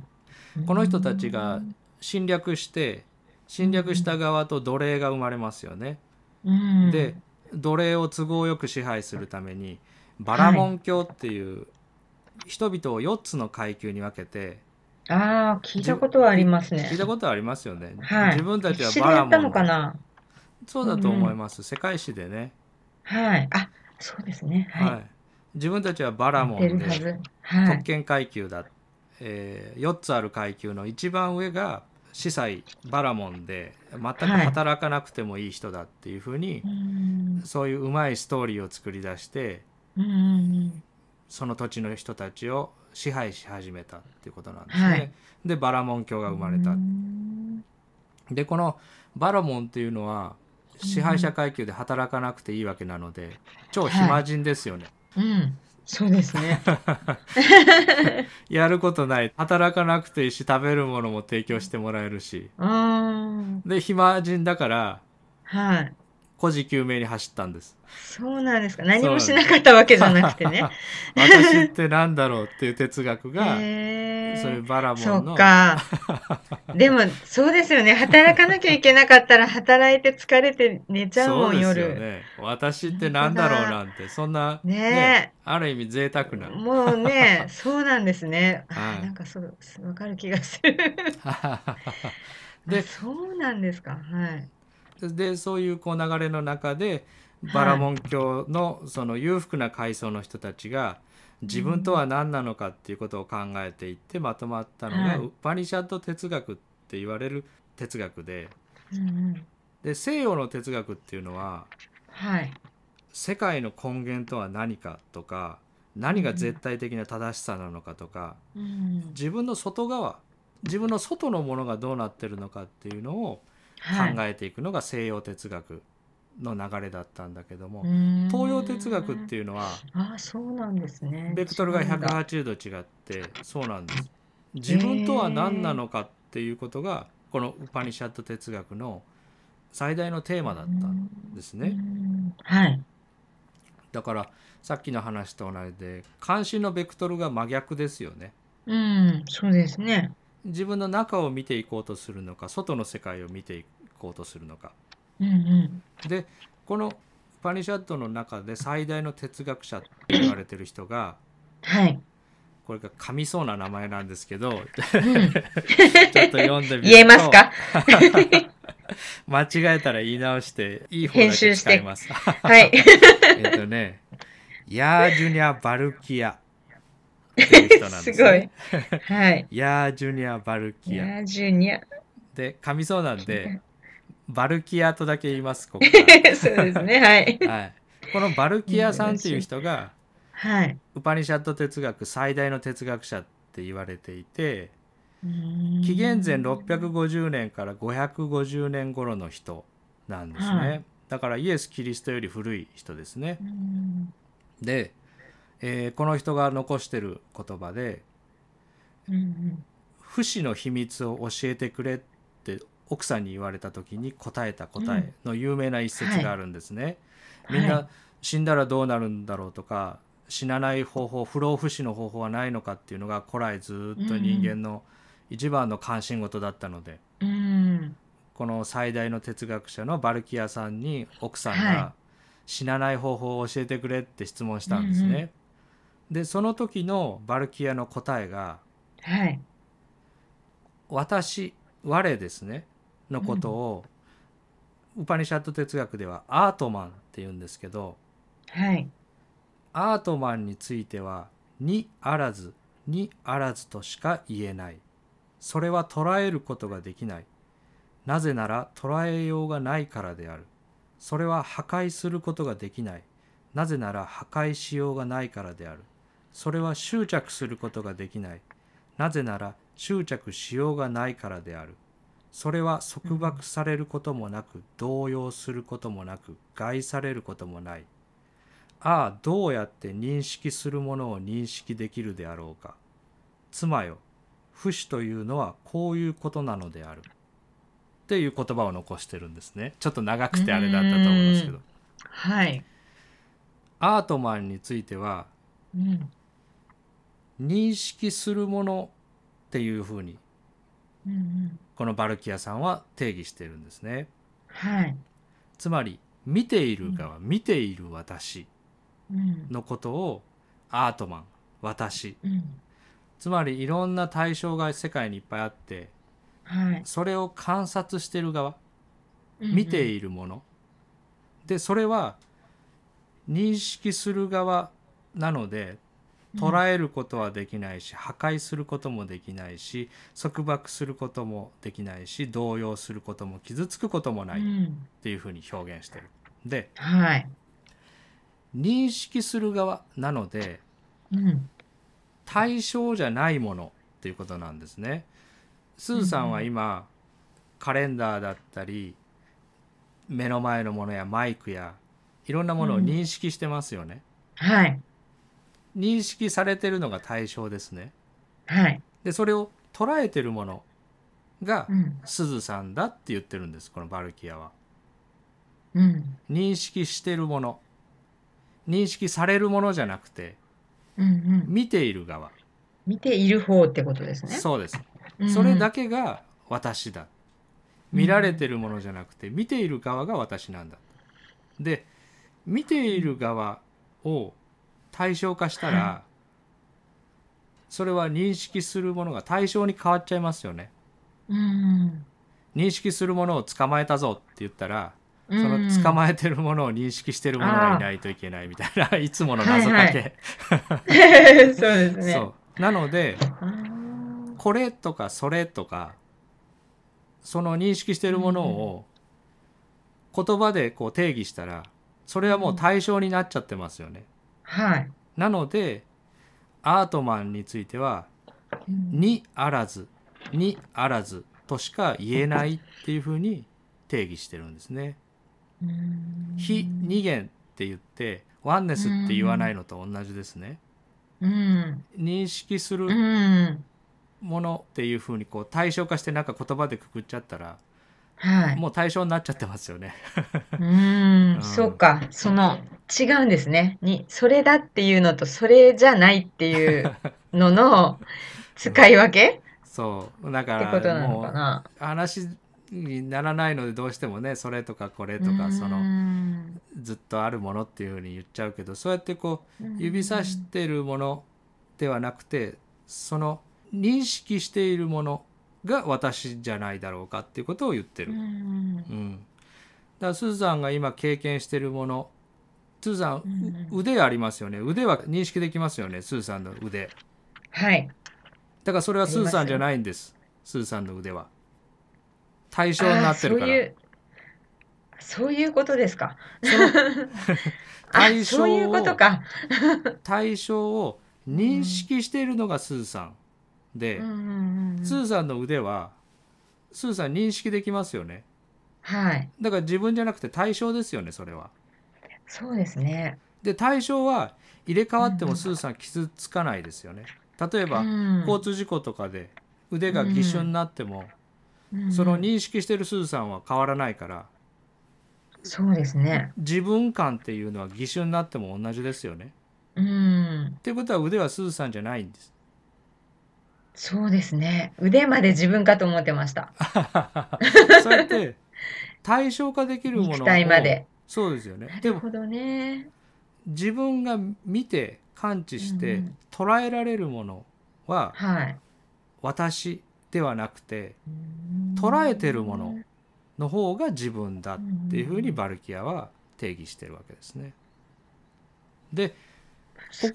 Speaker 2: この人たちが侵略して侵略した側と奴隷が生まれますよね、
Speaker 1: うん、
Speaker 2: で奴隷を都合よく支配するためにバラモン教っていう人々を4つの階級に分けて
Speaker 1: ああ、聞いたことはありますね。
Speaker 2: 聞いたことありますよね、
Speaker 1: はい。
Speaker 2: 自分たちは
Speaker 1: 歴史で
Speaker 2: バ
Speaker 1: や
Speaker 2: ラ
Speaker 1: った
Speaker 2: モ
Speaker 1: の
Speaker 2: ン
Speaker 1: かな
Speaker 2: そうだと思います、世界史でね
Speaker 1: はい。あ、そうですね。
Speaker 2: はい、
Speaker 1: は
Speaker 2: 自分たちはバラ
Speaker 1: い。
Speaker 2: モ
Speaker 1: 出
Speaker 2: ン
Speaker 1: るは
Speaker 2: で
Speaker 1: ず。は
Speaker 2: 特
Speaker 1: い。
Speaker 2: 権階級だ、え4つある階級の一番上が司祭バラモンで全く働かなくてもいい人だっていうふうに、
Speaker 1: うん
Speaker 2: そういううまいストーリーを作り出して
Speaker 1: うんうん
Speaker 2: その土地の人たちを支配し始めたっていうことなんですね。
Speaker 1: はい
Speaker 2: でバラモン教
Speaker 1: う
Speaker 2: が
Speaker 1: ん
Speaker 2: 生まれた。
Speaker 1: うん
Speaker 2: でこのバラモンっていうのは支配者階級で働かなくていいわけなので超暇人ですよね。
Speaker 1: うん。そうです ね。
Speaker 2: やることない働かなくていいし食べるものも提供してもらえるし
Speaker 1: うん。
Speaker 2: で暇人だから
Speaker 1: はい。
Speaker 2: 孤児救命に走ったんです
Speaker 1: そうなんですか。何もしなかったわけじゃなくてね。
Speaker 2: 私ってなんだろうっていう哲学 が、
Speaker 1: へー
Speaker 2: そういうバラ
Speaker 1: そ
Speaker 2: モン
Speaker 1: う
Speaker 2: の
Speaker 1: か。でも、そうですよね。働かなきゃいけなかったら、働いて疲れて寝ちゃうも、
Speaker 2: そうんですよ
Speaker 1: 夜。
Speaker 2: ね私ってなんだろうなんてそんな、
Speaker 1: ねえ
Speaker 2: ある意味贅沢な
Speaker 1: もうね、そうなんですね。
Speaker 2: はい
Speaker 1: あーなんかそう、わかる気がする。
Speaker 2: で
Speaker 1: あそうなんですか。はい。
Speaker 2: でそういうこう流れの中でバラモン教のその裕福な階層の人たちが自分とは何なのかっていうことを考えていってまとまったのが、
Speaker 1: はい
Speaker 2: ウッパニシャッド哲学って言われる哲学で
Speaker 1: うんうん。
Speaker 2: で西洋の哲学っていうのは
Speaker 1: はい。
Speaker 2: 世界の根源とは何かとか何が絶対的な正しさなのかとか
Speaker 1: うん。
Speaker 2: 自分の外側自分の外のものがどうなってるのかっていうのを
Speaker 1: はい
Speaker 2: 考えていくのが西洋哲学の流れだったんだけども、
Speaker 1: うーん
Speaker 2: 東洋哲学っていうのは
Speaker 1: ああ、そうなんですね。
Speaker 2: ベクトルが
Speaker 1: 違うんだ
Speaker 2: 180度違ってそうなんです自分とは何なのかっていうことがこのウパニシャット哲学の最大のテーマだったんです
Speaker 1: う
Speaker 2: ね
Speaker 1: んはい。
Speaker 2: だからさっきの話と同じで関心のベクトルが真逆ですよね
Speaker 1: うん、そうですね。
Speaker 2: 自分の中を見ていこうとするのか外の世界を見ていこうとするのか
Speaker 1: うんうん。
Speaker 2: でこのウパニシャットの中で最大の哲学者って言われてる人が
Speaker 1: はい。
Speaker 2: これが噛みそうな名前なんですけ ど
Speaker 1: うん
Speaker 2: ちょっと読んでみる と
Speaker 1: 言えますか
Speaker 2: 間違えたら言い直して、いい方だけ使います。
Speaker 1: はい。
Speaker 2: えっとね、ヤージュニア・バルキアっていう人なん ですす、ね。
Speaker 1: ごい。はい。
Speaker 2: ごい。ヤージュニア・バルキア。
Speaker 1: ヤジュニア。
Speaker 2: で、噛みそうなんで、バルキアとだけ言います、こ こ
Speaker 1: そうですね。はい。
Speaker 2: から。はい。このバルキアさんっていう人が、
Speaker 1: はい。
Speaker 2: ウパニシャット哲学最大の哲学者って言われていて、
Speaker 1: うーん
Speaker 2: 紀元前650年から550年頃の人なんですね、
Speaker 1: はい
Speaker 2: だからイエス・キリストより古い人ですね
Speaker 1: うーん
Speaker 2: で、えーこの人が残してる言葉で
Speaker 1: うんうん
Speaker 2: 「不死の秘密を教えてくれ」って奥さんに言われた時に答えた答えの有名な一節があるんですね、みん
Speaker 1: は
Speaker 2: な死んだらどうなるんだろうとか死なない方法不老不死の方法はないのかっていうのが古来ずーっと人間の一番の関心事だったので、
Speaker 1: い、うん
Speaker 2: この最大の哲学者のバルキアさんに奥さん
Speaker 1: はい
Speaker 2: が死なない方法を教えてくれって質問したんですね。
Speaker 1: うん
Speaker 2: でその時のバルキアの答えが
Speaker 1: はい。
Speaker 2: 「私我ですね」のことを、ウパニシャット哲学ではアートマンって言うんですけど
Speaker 1: はい。
Speaker 2: アートマンについてはにあらずにあらずとしか言えないそれは捉えることができないなぜなら捉えようがないからであるそれは破壊することができないなぜなら破壊しようがないからであるそれは執着することができないなぜなら執着しようがないからであるそれは束縛されることもなく動揺することもなく害されることもないああどうやって認識するものを認識できるであろうか妻よ不死というのはこういうことなのであるっていう言葉を残してるんですねちょっと長くてあれだったと思いますけど
Speaker 1: はい。
Speaker 2: アートマンについては
Speaker 1: うん。
Speaker 2: 認識するものっていうふうに
Speaker 1: うんうん。
Speaker 2: このバルキアさんは定義してるんですね
Speaker 1: はい。
Speaker 2: つまり見ている側見ている私
Speaker 1: うん。
Speaker 2: のことをアートマン私
Speaker 1: うん。
Speaker 2: つまりいろんな対象が世界にいっぱいあって
Speaker 1: はい。
Speaker 2: それを観察してる側見ているもの、でそれは認識する側なので捉えることはできないし、破壊することもできないし束縛することもできないし動揺することも傷つくこともな
Speaker 1: う
Speaker 2: いっ
Speaker 1: ん。
Speaker 2: ていうふうに表現してる。で
Speaker 1: はい。
Speaker 2: 認識する側なので
Speaker 1: うん。
Speaker 2: 対象じゃないものっていうことなんですね。すずさんは今、カレンダーだったり目の前のものやマイクやいろんなものを認識してますよね。
Speaker 1: はい。
Speaker 2: 認識されてるのが対象ですね。
Speaker 1: はい。
Speaker 2: でそれを捉えてるものが
Speaker 1: うん。
Speaker 2: すずさんだって言ってるんですこのバルキアは。
Speaker 1: うん。
Speaker 2: 認識してるもの認識されるものじゃなくて
Speaker 1: うん。うん。
Speaker 2: 見ている側
Speaker 1: 見ている方ってことですね。
Speaker 2: そうです
Speaker 1: うん
Speaker 2: それだけが私だ見られてるものじゃなくて見ている側が私なんだで見ている側を対象化したらそれは認識するものが対象に変わっちゃいますよね
Speaker 1: うん。
Speaker 2: 認識するものを捕まえたぞって言ったら
Speaker 1: そ
Speaker 2: その捕まえてるものを認識してるものがいないといけないみたいないつもの謎かけ、
Speaker 1: え そうですね。
Speaker 2: そうなので
Speaker 1: あー
Speaker 2: これとかそれとかその認識してるものを言葉でこう定義したらそれはもう対象になっちゃってますよね。
Speaker 1: はい。
Speaker 2: なのでアートマンについては「にあらず」「にあらず」としか言えないっていうふうに定義してるんですね。
Speaker 1: うん
Speaker 2: 非二元って言ってワンネスって言わないのと同じですね。
Speaker 1: うん。
Speaker 2: 認識す
Speaker 1: う
Speaker 2: る
Speaker 1: ん。
Speaker 2: ものっていうふうにこう対象化してなんか言葉でくくっちゃったら
Speaker 1: はい。
Speaker 2: もう対象になっちゃってますよね。
Speaker 1: うん
Speaker 2: う。ん
Speaker 1: そうか。その、違うんですね。に、それだっていうのと、それじゃないっていうのの使い分け
Speaker 2: そうだ
Speaker 1: って
Speaker 2: か
Speaker 1: こと
Speaker 2: ら
Speaker 1: なの
Speaker 2: も
Speaker 1: か
Speaker 2: う
Speaker 1: な。
Speaker 2: 話にならないのでどうしてもねそれとかこれと
Speaker 1: う
Speaker 2: か
Speaker 1: ん
Speaker 2: そのずっとあるものっていうふうに言っちゃうけどそうやってこう指さしてるものではなくてその認識しているものが私じゃないだろうかっていうことを言って
Speaker 1: う
Speaker 2: る。
Speaker 1: ん
Speaker 2: うん、だからスーさんが今経験してるものスーさん
Speaker 1: うんうん
Speaker 2: う腕ありますよね腕は認識できますよねスーさんの腕。
Speaker 1: はい。
Speaker 2: だからそれはスーさんじゃないんです。スーさんの腕は。対象になってるか
Speaker 1: あーそうい
Speaker 2: ら。
Speaker 1: う、そういうことですか。 あ、
Speaker 2: 対象を
Speaker 1: そういうことか。
Speaker 2: 対象を認識しているのがスーさんで
Speaker 1: うん、うんうん
Speaker 2: スーさんの腕は、スーさん認識できますよね。
Speaker 1: はい。
Speaker 2: だから自分じゃなくて対象ですよね、それは。
Speaker 1: そうですね。
Speaker 2: で、対象は入れ替わって
Speaker 1: うん
Speaker 2: もスーさん傷つかないですよね。例えば、
Speaker 1: うん
Speaker 2: 交通事故とかで腕が義手になっても、
Speaker 1: うん
Speaker 2: その認識してるスーさんは変わらないから、
Speaker 1: そうですね。
Speaker 2: 自分感っていうのは義手になっても同じですよね。
Speaker 1: うん
Speaker 2: っ。てことは腕はすずさんじゃない んです。
Speaker 1: そうですね。腕まで自分かと思ってました。
Speaker 2: そうやって対象化できるものを
Speaker 1: 肉体まで。
Speaker 2: そうですよね。
Speaker 1: な
Speaker 2: で
Speaker 1: る
Speaker 2: も
Speaker 1: ほどね。
Speaker 2: 自分が見て感知し
Speaker 1: うん
Speaker 2: て
Speaker 1: うん
Speaker 2: 捉えられるものは
Speaker 1: はい。
Speaker 2: 私ではなくて捉えてるものの方が自分だっていうふうにバルキアは定義してるわけですね。でこ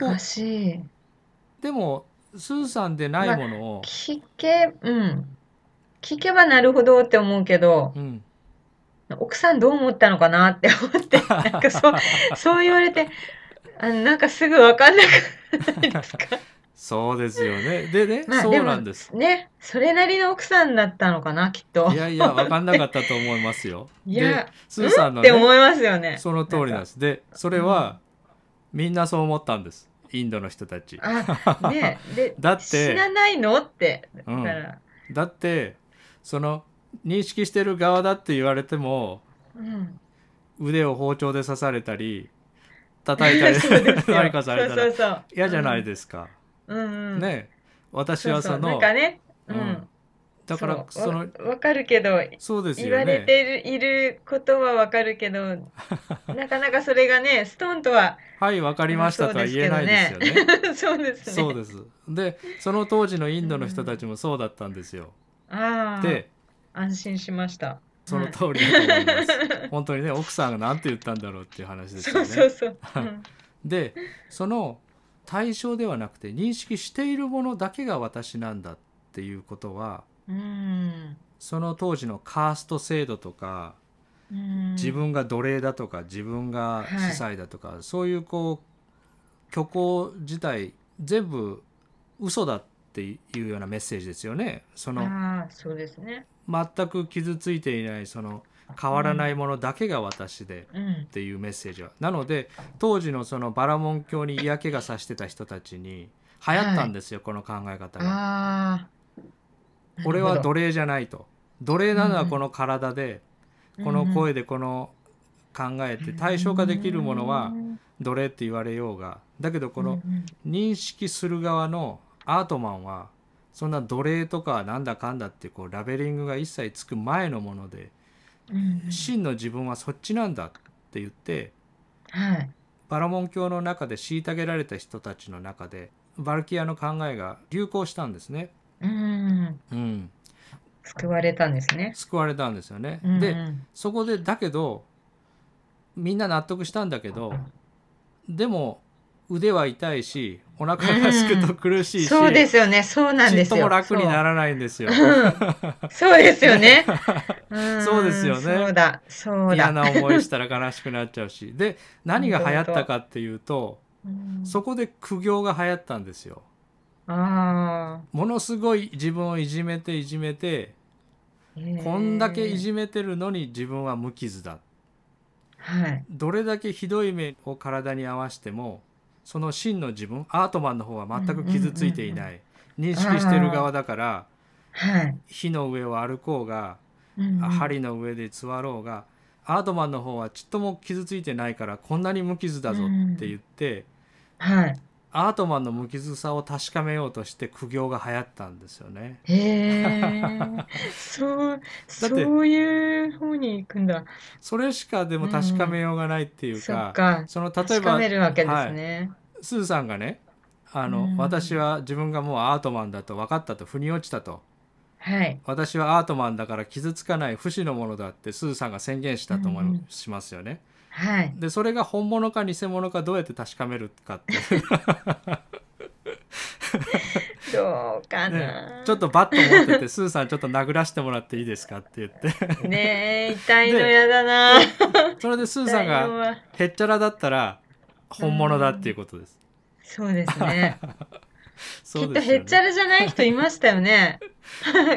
Speaker 2: こ
Speaker 1: 難しい。
Speaker 2: でもスーさんでないものを、
Speaker 1: 聞け、うん。聞けばなるほどって思うけど、
Speaker 2: うん、
Speaker 1: 奥さんどう思ったのかなって思 って、なんかそう、そう言われて、あのなんかすぐ分かんなくないですか。
Speaker 2: そうですよねでね、
Speaker 1: まあ
Speaker 2: そう
Speaker 1: でも
Speaker 2: なんです
Speaker 1: ね、それなりの奥さんだったのかな、きっと。
Speaker 2: いやいや分かんなかったと思いますよ
Speaker 1: いや
Speaker 2: でスーさんの
Speaker 1: って
Speaker 2: ね
Speaker 1: 思いますよね。
Speaker 2: その通りなんですでそれは、みんなそう思ったんですインドの人たち、
Speaker 1: あ、ね、 で、
Speaker 2: だって
Speaker 1: 知らないのって、だ
Speaker 2: うん
Speaker 1: から、
Speaker 2: だってその認識してる側だって言われても
Speaker 1: うん、
Speaker 2: 腕を包丁で刺されたり叩いた り
Speaker 1: そうですよ
Speaker 2: 何かされた
Speaker 1: そう
Speaker 2: ら
Speaker 1: そうそう
Speaker 2: 嫌じゃないですか、
Speaker 1: うんうん、
Speaker 2: ね私
Speaker 1: そう
Speaker 2: は
Speaker 1: そ、
Speaker 2: そう
Speaker 1: な
Speaker 2: の
Speaker 1: んかね、
Speaker 2: う
Speaker 1: うんん、
Speaker 2: だから
Speaker 1: そう
Speaker 2: その
Speaker 1: わわかるけど、
Speaker 2: そうです
Speaker 1: 言
Speaker 2: よ
Speaker 1: われ
Speaker 2: ね
Speaker 1: ているいることはわかるけ ど、なかなかそれがね、ストーンとは、
Speaker 2: はいわかりましたとは言えないですよね
Speaker 1: そうですね。
Speaker 2: そうですでその当時のインドの人たちもそうだったんですよ、
Speaker 1: ああ、
Speaker 2: で
Speaker 1: 安心しました。
Speaker 2: その
Speaker 1: はい
Speaker 2: 通りだと思います、本当にね奥さんが何て言ったんだろうっていう話です
Speaker 1: そう
Speaker 2: よね
Speaker 1: そうそう。
Speaker 2: い
Speaker 1: うん
Speaker 2: でその対象ではなくて認識しているものだけが私なんだっていうことは
Speaker 1: うん。
Speaker 2: その当時のカースト制度とか
Speaker 1: うん
Speaker 2: 自分が奴隷だとか自分が
Speaker 1: はい
Speaker 2: 司祭だとか、そういうこう虚構自体全部嘘だっていうようなメッセージですよね。その
Speaker 1: ああ、そうですね。
Speaker 2: 全く傷ついていないその変わらないものだけが私で
Speaker 1: うん
Speaker 2: っ。ていうメッセージはなので当時のそのバラモン教に嫌気がさしてた人たちに流行ったんですよ、この考え方が。
Speaker 1: ああ。
Speaker 2: 俺は奴
Speaker 1: れ、
Speaker 2: 隷じゃないと奴隷なのは
Speaker 1: うん
Speaker 2: この体で、この声でこの考えて対象化できるものは
Speaker 1: うん
Speaker 2: 奴隷って言われようがだけどこ
Speaker 1: うん
Speaker 2: の
Speaker 1: うん
Speaker 2: 認識する側のアートマンはそんな奴隷とかなんだかんだってこうラベリングが一切つく前のもので
Speaker 1: うんうん
Speaker 2: 真の自分はそっちなんだって言って
Speaker 1: はい。
Speaker 2: バラモン教の中で虐げられた人たちの中でバルキアの考えが流行したんですね。
Speaker 1: うん。
Speaker 2: うん、
Speaker 1: 救われたんですね。
Speaker 2: 救われたんですよね。
Speaker 1: うん
Speaker 2: で
Speaker 1: うん
Speaker 2: そこでだけどみんな納得したんだけどでも腕は痛いしお腹がすくと苦しいし、
Speaker 1: そうですよね。そうなん
Speaker 2: ち
Speaker 1: で
Speaker 2: っ
Speaker 1: す
Speaker 2: と
Speaker 1: よ。
Speaker 2: も楽にならないんですよ。
Speaker 1: そうそうですよね。うん
Speaker 2: そうですよね
Speaker 1: そうだ、そう だ。
Speaker 2: 嫌な思いしたら悲しくなっちゃうしで何が流行ったかっていうと
Speaker 1: うん
Speaker 2: そこで苦行が流行ったんですよ。
Speaker 1: ああ、
Speaker 2: ものすごい自分をいじめていじめて
Speaker 1: ええ
Speaker 2: こんだけいじめてるのに自分は無傷だ
Speaker 1: はい。
Speaker 2: どれだけひどい目を体に合わせてもその真の自分アートマンの方は全く傷ついていない、認識してる側だから
Speaker 1: はい。
Speaker 2: 火の上を歩こう
Speaker 1: うんう
Speaker 2: が、
Speaker 1: ん
Speaker 2: 針の上で座ろうがアートマンの方はちっとも傷ついてないからこんなに無傷だぞって言って、
Speaker 1: はい。
Speaker 2: アートマンの無傷さを確かめようとして苦行が流行ったんですよね。
Speaker 1: へえそう、そういう方に行くんだ。
Speaker 2: それしかでも確かめようがないっていう
Speaker 1: そ
Speaker 2: か、
Speaker 1: っか。
Speaker 2: その例え
Speaker 1: 確か
Speaker 2: ば
Speaker 1: めるわけですね。
Speaker 2: スーさんがねあの、
Speaker 1: うん
Speaker 2: 私は自分がもうアートマンだと分かったと腑に落ちたと
Speaker 1: はい。
Speaker 2: 私はアートマンだから傷つかない不死のものだってスーさんが宣言したと思い、
Speaker 1: うんうん
Speaker 2: しますよね。
Speaker 1: はい。
Speaker 2: でそれが本物か偽物かどうやって確かめるかっていう
Speaker 1: どうか
Speaker 2: ね
Speaker 1: な。
Speaker 2: ちょっとバット持っててスーさんちょっと殴らしてもらっていいですかって言って
Speaker 1: と。ねえ、痛いのやだな。
Speaker 2: それでスーさん
Speaker 1: 痛いの
Speaker 2: が
Speaker 1: は
Speaker 2: へっちゃらだったら本物だっていうことです。
Speaker 1: そうですね。き
Speaker 2: そ
Speaker 1: っ
Speaker 2: う
Speaker 1: と
Speaker 2: ですよ
Speaker 1: へ
Speaker 2: ね
Speaker 1: っちゃらじゃない人いましたよ ね。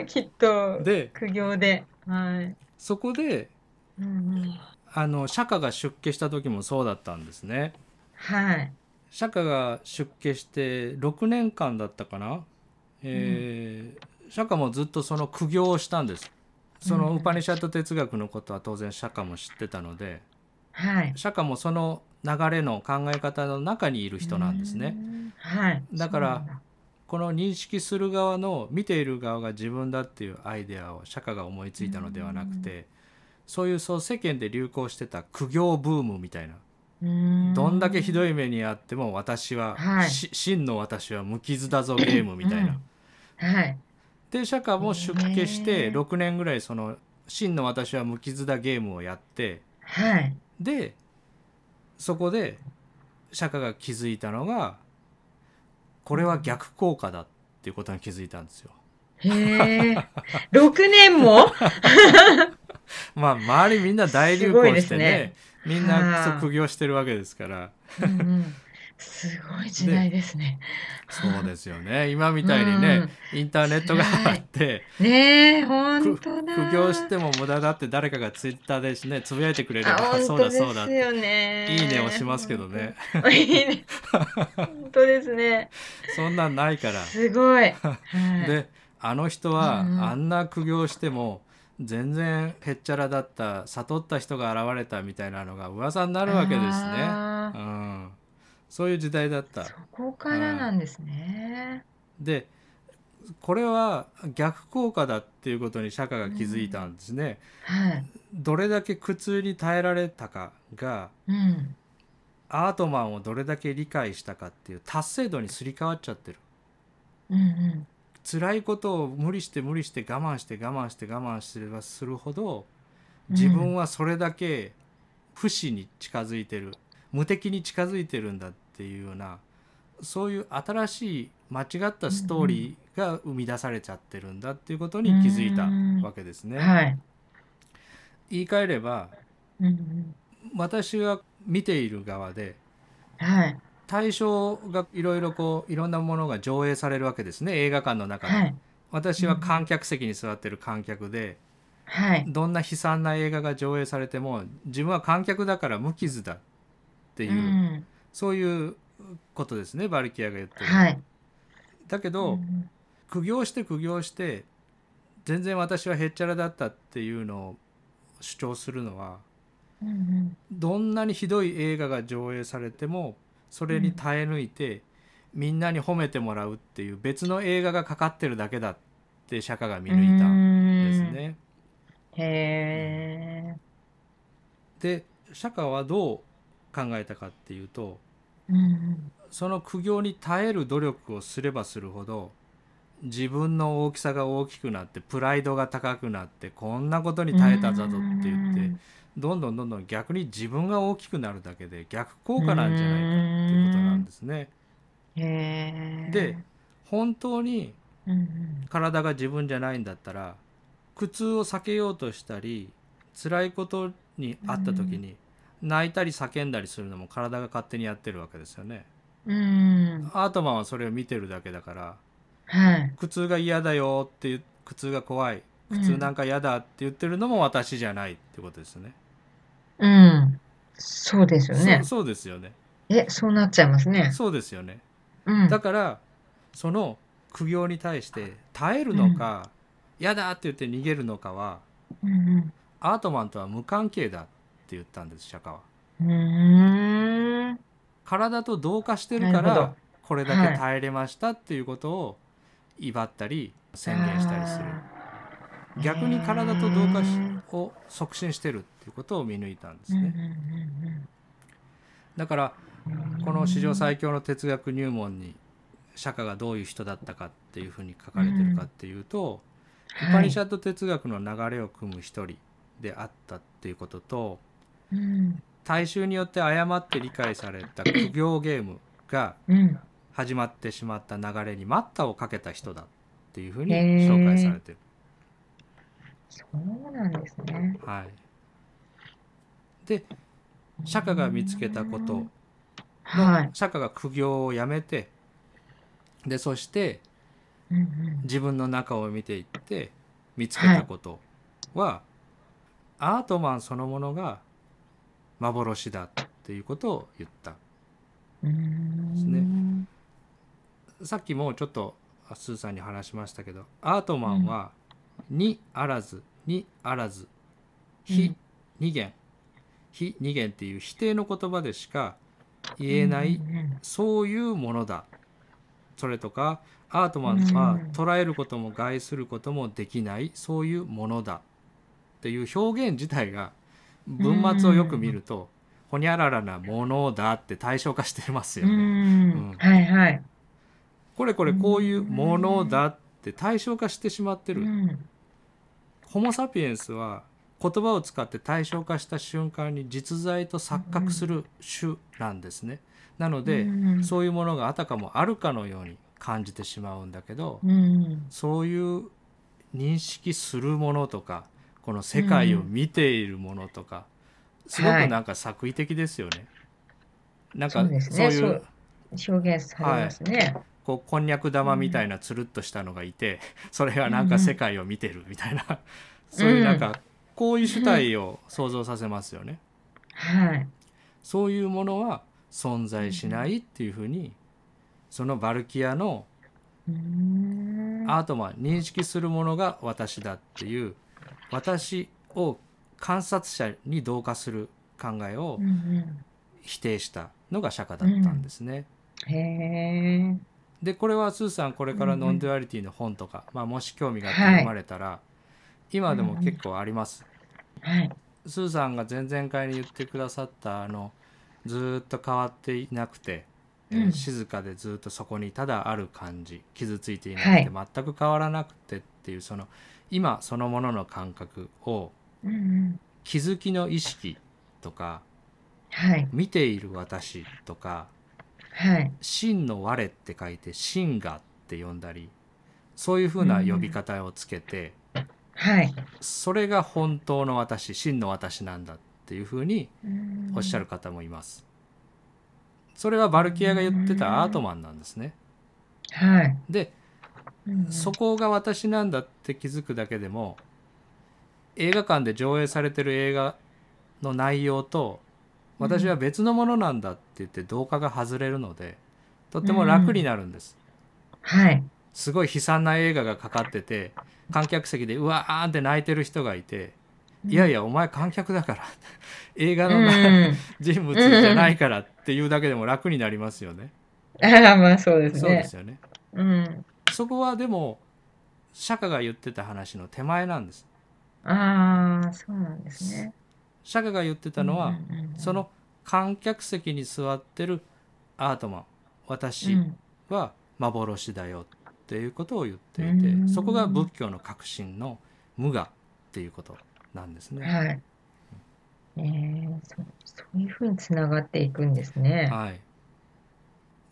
Speaker 1: きっと、
Speaker 2: で
Speaker 1: 苦行で。はい。
Speaker 2: そこで
Speaker 1: うんうん、
Speaker 2: あの釈迦が出家した時もそうだったんですね。
Speaker 1: はい。
Speaker 2: 釈迦が出家して6年間だったかな、えー釈迦もずっとその苦行をしたんですその
Speaker 1: うん
Speaker 2: ウパニシャット哲学のことは当然釈迦も知ってたので
Speaker 1: はい。
Speaker 2: 釈迦もその流れの考え方の中にいる人なんですね
Speaker 1: う。ん。はい。
Speaker 2: だから
Speaker 1: そうなんだ
Speaker 2: この認識する側の見ている側が自分だっていうアイデアを釈迦が思いついたのではなくてそういうそう世間で流行してた苦行ブームみたいな
Speaker 1: うん
Speaker 2: どんだけひどい目にあっても私は、
Speaker 1: はい
Speaker 2: し真の私は無傷だぞゲームみたいな。
Speaker 1: はい。
Speaker 2: で釈迦も出家して
Speaker 1: へー
Speaker 2: 6年ぐらいその真の私は無傷だゲームをやって
Speaker 1: はい。
Speaker 2: でそこで釈迦が気づいたのがこれは逆効果だっていうことに気づいたんですよ。
Speaker 1: へえ。六年も。
Speaker 2: まあ周りみんな大流行
Speaker 1: すごいで
Speaker 2: して
Speaker 1: す
Speaker 2: ね
Speaker 1: ね
Speaker 2: みん
Speaker 1: は
Speaker 2: な
Speaker 1: あ
Speaker 2: そう苦行してるわけですから
Speaker 1: うんうんすごい時代ですね。
Speaker 2: そうですよね今みたいにね、インターネットがあって
Speaker 1: ねえ、本
Speaker 2: く
Speaker 1: 当だ。
Speaker 2: 苦行しても無駄だって誰かがツイッターでしねつぶやいてくれれ
Speaker 1: あ、
Speaker 2: ばそ
Speaker 1: 本当
Speaker 2: うだ
Speaker 1: です
Speaker 2: そうだって
Speaker 1: よね。
Speaker 2: いいねをしますけどね。
Speaker 1: いいね。本当ですね。
Speaker 2: そんなんないから。
Speaker 1: すごい。はい
Speaker 2: であの人は
Speaker 1: うんうん
Speaker 2: あんな苦行しても全然へっちゃらだった悟った人が現れたみたいなのが噂になるわけですね。
Speaker 1: あ
Speaker 2: う
Speaker 1: ー
Speaker 2: ん、そういう時代だった
Speaker 1: そ。こからなんですね。
Speaker 2: でこれは逆効果だっていうことに釈迦が気づいたんですね。
Speaker 1: はい。
Speaker 2: どれだけ苦痛に耐えられたかが
Speaker 1: うん。
Speaker 2: アートマンをどれだけ理解したかっていう達成度にすり替わっちゃってる。
Speaker 1: うんうん。
Speaker 2: 辛いことを無理して無理して我慢して我慢して我慢すればするほど自分はそれだけ不死に近づいてる無敵に近づいてるんだっていうようなそういう新しい間違ったストーリーが生み出されちゃってるんだっていうことに気づいたわけですね。
Speaker 1: はい。
Speaker 2: 言い換えれば
Speaker 1: うんうん。
Speaker 2: 私が見ている側で
Speaker 1: はい。
Speaker 2: 対象がいろいろこういろんなものが上映されるわけですね映画館の中で。
Speaker 1: はい。
Speaker 2: 私は観客席に座ってる観客で、
Speaker 1: はい。
Speaker 2: どんな悲惨な映画が上映されても自分は観客だから無傷だっていう、
Speaker 1: うん
Speaker 2: そういうことですねバルキアが言ってる、
Speaker 1: はい。
Speaker 2: だけど、
Speaker 1: うん
Speaker 2: 苦行して苦行して全然私はへっちゃらだったっていうのを主張するのは
Speaker 1: うんうん
Speaker 2: どんなにひどい映画が上映されてもそれに耐え抜いて、みんなに褒めてもらうっていう別の映画がかかってるだけだって釈迦が見抜いたんですね。
Speaker 1: うん。へ
Speaker 2: で釈迦はどう考えたかっていうと
Speaker 1: え。うんうん。
Speaker 2: その苦行に耐える努力をすればするほど自分の大きさが大きくなってプライドが高くなってこんなことに耐えたぞとって言ってどんどんどんどん逆に自分が大きくなるだけで逆効果なんじゃないかっていうことなんですね。
Speaker 1: て。へえ。
Speaker 2: で本当に
Speaker 1: うんうん。
Speaker 2: 体が自分じゃないんだったら苦痛を避けようとしたり辛いことにあった時に泣いたり叫んだりするのも体が勝手にやってるわけですよね。
Speaker 1: うん。
Speaker 2: アートマンはそれを見てるだけだから
Speaker 1: はい。
Speaker 2: 苦痛が嫌だよっていう苦痛が怖い苦痛なんか嫌だって言ってるのも私じゃないってことですね。
Speaker 1: うん。そうですよね
Speaker 2: そ。そうですよね。
Speaker 1: え、そうなっちゃいますね。
Speaker 2: そうですよね。
Speaker 1: うん。
Speaker 2: だからその苦行に対して耐えるのか嫌だって言って逃げるのかは
Speaker 1: うん
Speaker 2: アートマンとは無関係だって言ったんです釈迦は。
Speaker 1: うん。うーん。
Speaker 2: 体と同化してる
Speaker 1: な
Speaker 2: か
Speaker 1: るほ
Speaker 2: ら
Speaker 1: ど
Speaker 2: これだけ耐えれましたっていうことを威張ったり宣言したりする
Speaker 1: あー
Speaker 2: 逆に体と同化し
Speaker 1: へー
Speaker 2: を促進してるっていうことを見抜いたんです
Speaker 1: うんうん
Speaker 2: ねだから
Speaker 1: うんうん。
Speaker 2: この史上最強の哲学入門に釈迦がどういう人だったかっていうふうに書かれてるかっていうと
Speaker 1: はい
Speaker 2: ウパニシャッド哲学の流れを組む一人であったっていうことと
Speaker 1: うん
Speaker 2: 大衆によって誤って理解された苦行ゲームが
Speaker 1: うん。
Speaker 2: 始まってしまった流れに待ったをかけた人だっていうふうに
Speaker 1: へー
Speaker 2: 紹介されてる。
Speaker 1: そうなんですね。
Speaker 2: はい、で釈迦が見つけたこと
Speaker 1: はい。
Speaker 2: 釈迦が苦行をやめてでそして
Speaker 1: うんうん
Speaker 2: 自分の中を見ていって見つけたことは、アートマンそのものが幻だっていうことを言った。
Speaker 1: うーん
Speaker 2: ですねさっきもちょっとスーさんに話しましたけどアートマンは「にあらず」「にあらず」「
Speaker 1: う
Speaker 2: 非
Speaker 1: ん
Speaker 2: 二元」「非二元」っていう否定の言葉でしか言えない
Speaker 1: うんうん
Speaker 2: そういうものだそれとかアートマンは
Speaker 1: うん
Speaker 2: 捉えることも害することもできないそういうものだっていう表現自体が文末をよく見るとほにゃららなものだって対象化してます
Speaker 1: う
Speaker 2: よね。
Speaker 1: ん
Speaker 2: うん
Speaker 1: はいはい。
Speaker 2: これこれこういうものだって対象化してしまって
Speaker 1: う
Speaker 2: る。
Speaker 1: ん
Speaker 2: ホモ・サピエンスは言葉を使って対象化した瞬間に実在と錯覚する種なんですね。なので、
Speaker 1: うん
Speaker 2: そういうものがあたかもあるかのように感じてしまうんだけど、
Speaker 1: うん
Speaker 2: そういう認識するものとかこの世界を見ているものとか、すごくなんか作為的ですよね。なんか
Speaker 1: そうです
Speaker 2: そう
Speaker 1: ね
Speaker 2: いう
Speaker 1: そう表現されますね。
Speaker 2: こうこんにゃく玉みたいなつるっとしたのがいて、それがなんか世界を見てるみたいな、 そういうなんかこういう主体を想像させますよね。
Speaker 1: はい。
Speaker 2: そういうものは存在しないっていうふうにそのバルキアの
Speaker 1: うーん
Speaker 2: アートマン認識するものが私だっていう私を観察者に同化する考えを
Speaker 1: うんう
Speaker 2: 否定したのが釈迦だったんですね。
Speaker 1: んへえ。
Speaker 2: でこれはスーさんこれからノンデュアリティの本とか、まあ、もし興味があって読まれたら、今でも結構あります。
Speaker 1: はい。
Speaker 2: スーさんが前々回に言ってくださったあのずーっと変わっていなくて、えー
Speaker 1: うん
Speaker 2: 静かでずっとそこにただある感じ傷ついていなくて、全く変わらなくてっていうその今そのものの感覚を
Speaker 1: うんうん
Speaker 2: 気づきの意識とか
Speaker 1: はい。
Speaker 2: 見ている私とか
Speaker 1: はい。
Speaker 2: 真の我って書いて真がって呼んだりそういうふうな呼び方をつけて、
Speaker 1: はい。
Speaker 2: それが本当の私真の私なんだっていうふうにおっしゃ
Speaker 1: る。
Speaker 2: る方もいます。それはバルキアが言ってたアートマンなんですね。
Speaker 1: はい。
Speaker 2: で、
Speaker 1: うん
Speaker 2: そこが私なんだって気づくだけでも、映画館で上映されてる映画の内容と、私は別のものなんだって言って同化が外れるので、とっても楽になるんです。
Speaker 1: はい。
Speaker 2: すごい悲惨な映画がかかってて、観客席でうわーんって泣いてる人がいて、いやいや、お前観客だから、 映画のな
Speaker 1: うん。
Speaker 2: 人物じゃないからっていうだけでも楽になりますよね。
Speaker 1: ああ、まあそうです
Speaker 2: そうで
Speaker 1: ね。
Speaker 2: すよね。
Speaker 1: うん。
Speaker 2: そこはでも釈迦が言ってた話の手前なんです。
Speaker 1: ああ、そうなんですね。
Speaker 2: 釈迦が言ってたのは、
Speaker 1: うんうんうん
Speaker 2: その観客席に座ってるアートマン
Speaker 1: う
Speaker 2: 私
Speaker 1: ん
Speaker 2: は幻だよっていうことを言っていて、
Speaker 1: うん
Speaker 2: そこが仏教の核心の無我っていうことなんですね。
Speaker 1: はい。えー、そそういうふうにつながっていくんですね。
Speaker 2: はい、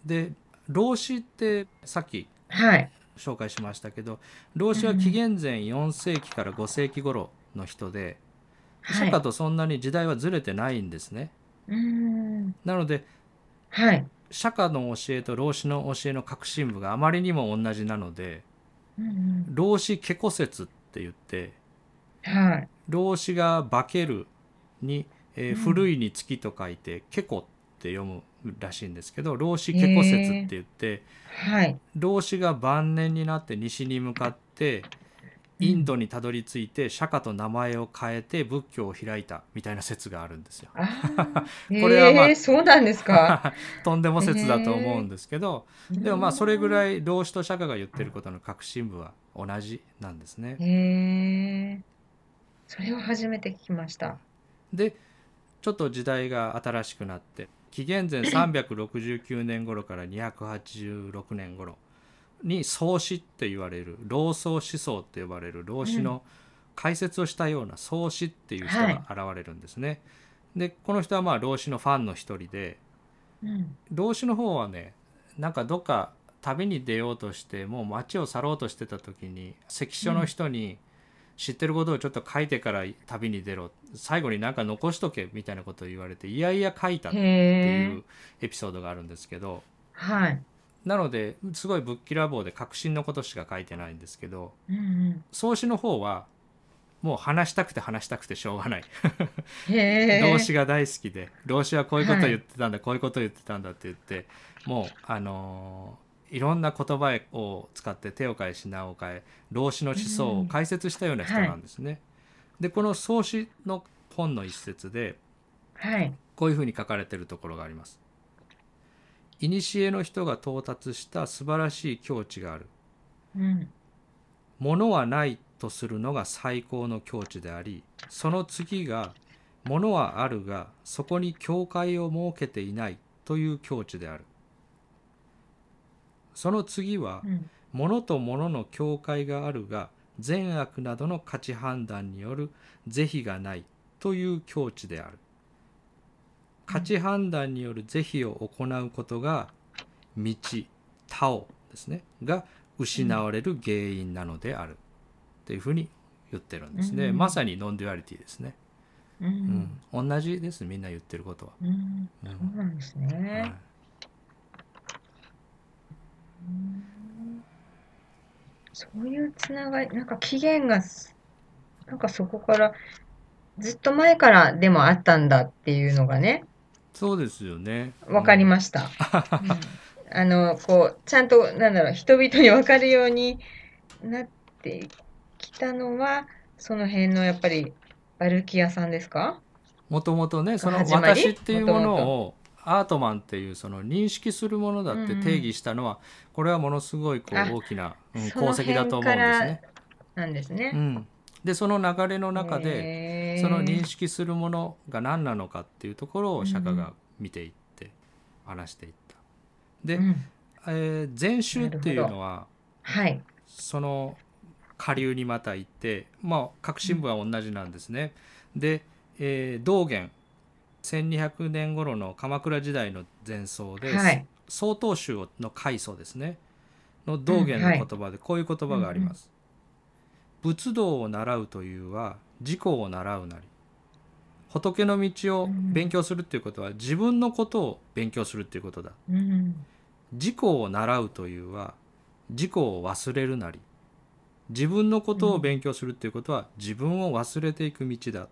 Speaker 2: で老子ってさっき
Speaker 1: はい。
Speaker 2: 紹介しましたけど老子は紀元前4世紀から5世紀頃の人で、
Speaker 1: はい
Speaker 2: 釈迦。とそんなに時代はずれてないんですね。
Speaker 1: うーん。
Speaker 2: なので
Speaker 1: はい。
Speaker 2: 釈迦の教えと老子の教えの核心部があまりにも同じなので
Speaker 1: うんうん
Speaker 2: 老子ケコ説って言って
Speaker 1: はい。
Speaker 2: 老子が化けるに、え
Speaker 1: う
Speaker 2: ー
Speaker 1: ん
Speaker 2: 古いに月と書いてケコって読むらしいんですけど老子ケコ説って言って
Speaker 1: はい。
Speaker 2: 老子が晩年になって西に向かってインドにたどり着いて釈迦と名前を変えて仏教を開いたみたいな説があるんですよ。
Speaker 1: あ あ、
Speaker 2: これはまあ
Speaker 1: えー、そうなんですか。
Speaker 2: とんでも説だと思うんですけど、 でもまあそれぐ
Speaker 1: い。
Speaker 2: らい老子と釈迦が言ってることの核心部は同じなんですね。
Speaker 1: へえ。それを初めて聞きました。
Speaker 2: でちょっと時代が新しくなって紀元前369年頃から286年頃に創始って言われる老僧思想って呼ばれる老子の解説をしたような創始っていう人が現れるんですね。でこの人はまあ老子のファンの一人で
Speaker 1: うん。
Speaker 2: 老子の方はねなんかどっか旅に出ようとしてもう街を去ろうとしてた時に関所の人に知ってることをちょっと書いてから旅に出ろ最後になんか残しとけみたいなことを言われていやいや書いたって
Speaker 1: へ
Speaker 2: い
Speaker 1: え
Speaker 2: う。エピソードがあるんですけど
Speaker 1: はい。
Speaker 2: なのですごいぶっきらぼうで確信のことしか書いてないんですけど
Speaker 1: うんうん。
Speaker 2: 創始の方はもう話したくて話したくてしょうがない
Speaker 1: へえ。
Speaker 2: 老子が大好きで老子はこういうこと言ってたんだ、こういうこと言ってたんだって言ってもうあのーいろんな言葉を使って手を変え品を変え老子の思想を解説したような人なんですね。でこの創始の本の一節で
Speaker 1: はい。
Speaker 2: こういうふうに書かれているところがあります。古の人が到達した素晴らしい境地がある。
Speaker 1: うん。
Speaker 2: 物はないとするのが最高の境地でありその次が物はあるがそこに境界を設けていないという境地であるその次は
Speaker 1: うん。
Speaker 2: 物と物の境界があるが善悪などの価値判断による是非がないという境地である価値判断による是非を行うことが道タオですねが失われる原因なのであるというふうに言ってるんですね、
Speaker 1: うん
Speaker 2: まさにノンデュアリティですね、
Speaker 1: うん
Speaker 2: うん同じですみんな言ってることは、
Speaker 1: うん
Speaker 2: うん
Speaker 1: そうなんです
Speaker 2: はい
Speaker 1: ね。うんそういうつながり、なんか起源がす、なんかそこから、ずっと前からでもあったんだっていうのがね、
Speaker 2: そうですよね
Speaker 1: わかり
Speaker 2: す、
Speaker 1: ま した。あの、こう、ちゃんと、なんだろう、人々にわかるようになってきたのは、その辺のやっぱり、バルキアさんですか
Speaker 2: もともとねその
Speaker 1: 始まり
Speaker 2: 私っていうものをアートマンっていうその認識するものだって定義したのは、これはものすごいこう
Speaker 1: あ
Speaker 2: 大きな、うん
Speaker 1: その
Speaker 2: 功績だと思うんですね。
Speaker 1: なんですね。
Speaker 2: うん、でその流れの中で、
Speaker 1: へー
Speaker 2: その認識するものが何なのかっていうところを釈迦が見ていって話していった。で、
Speaker 1: うん
Speaker 2: えー禅宗っていうのは
Speaker 1: はい。
Speaker 2: その下流にまた行ってまあ核心部は同じなんですね。で、えー道元1200年頃の鎌倉時代の禅僧で、
Speaker 1: はい。
Speaker 2: 曹洞宗の開祖ですねの道元の言葉でこういう言葉があります。仏道を習うというは自己を習うなり仏の道を勉強するということは自分のことを勉強するということだ
Speaker 1: うん。
Speaker 2: 自己を習うというは自己を忘れるなり自分のことを勉強するということは自分を忘れていく道だ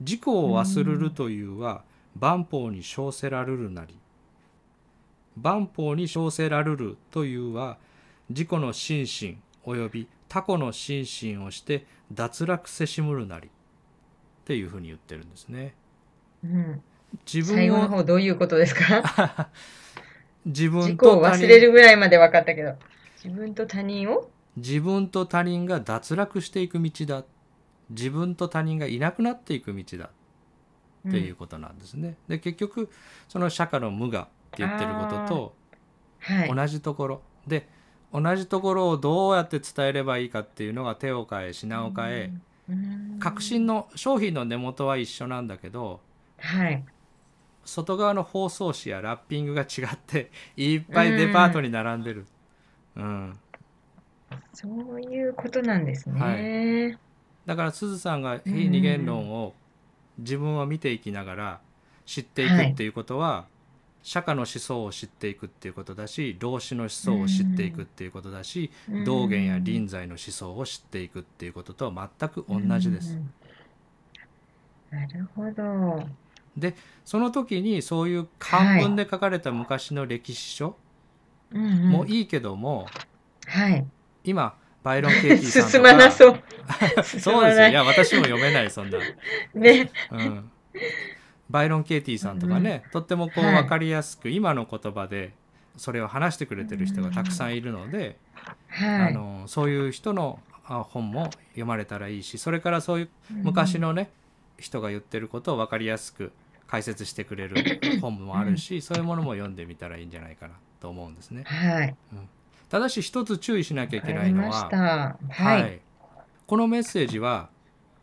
Speaker 2: 自己を忘れるというは万法に称せられるなり万法に称せられるというは自己の心身および他己の心身をして脱落せしむるなりっていうふうに言ってるんですね。
Speaker 1: うん、
Speaker 2: 自分
Speaker 1: 最後の
Speaker 2: を
Speaker 1: 方どういうことですか
Speaker 2: 自
Speaker 1: 自
Speaker 2: 分
Speaker 1: 己を
Speaker 2: と他
Speaker 1: 忘
Speaker 2: 人
Speaker 1: れるぐらいまで分かったけど自分と他人を
Speaker 2: 自分と他人が脱落していく道だ自分と他人がいなくなっていく道だっていううんことなんですね。で結局その釈迦の無我って言ってること
Speaker 1: はい
Speaker 2: と同じところ、で同じところをどうやって伝えればいいかっていうのが手を変え品を変え、
Speaker 1: うん
Speaker 2: 革新の商品の根元は一緒なんだけど
Speaker 1: はい
Speaker 2: 外側の包装紙やラッピングが違っていっぱいデパートに並んでる。うん、
Speaker 1: そういうことなんですね、
Speaker 2: はいだからすずさんが非二元論を自分を見ていきながら知っていくっていうことは、釈迦の思想を知っていくっていうことだし老子の思想を知っていくっていうことだし、
Speaker 1: うん
Speaker 2: 道元や臨済の思想を知っていくっていうことと全く同じです。
Speaker 1: うんなるほど
Speaker 2: その時にそういう漢文で書かれた昔の歴史書
Speaker 1: うんうん
Speaker 2: もいいけども、
Speaker 1: はい
Speaker 2: 今バイロン・ケーキーさん
Speaker 1: 進
Speaker 2: とか
Speaker 1: まなそう 進
Speaker 2: そう
Speaker 1: ま
Speaker 2: ですよ
Speaker 1: ない
Speaker 2: いや私も読めないそんな。
Speaker 1: ね
Speaker 2: うんバイロン・ケイティさんとかね、とってもこう
Speaker 1: はい
Speaker 2: 分かりやすく今の言葉でそれを話してくれてる人がたくさんいるので、
Speaker 1: は
Speaker 2: あ
Speaker 1: い
Speaker 2: のそういう人のあ本も読まれたらいいしそれからそういう昔のね、人が言ってることを分かりやすく解説してく れる本もあるし、そういうものも読んでみたらいいんじゃないかなと思うんですね。
Speaker 1: はい
Speaker 2: ただし一つ注意しなきゃい
Speaker 1: わ
Speaker 2: け
Speaker 1: か
Speaker 2: な
Speaker 1: り
Speaker 2: いの
Speaker 1: ま
Speaker 2: は
Speaker 1: し、たはい、
Speaker 2: はいこのメッセージは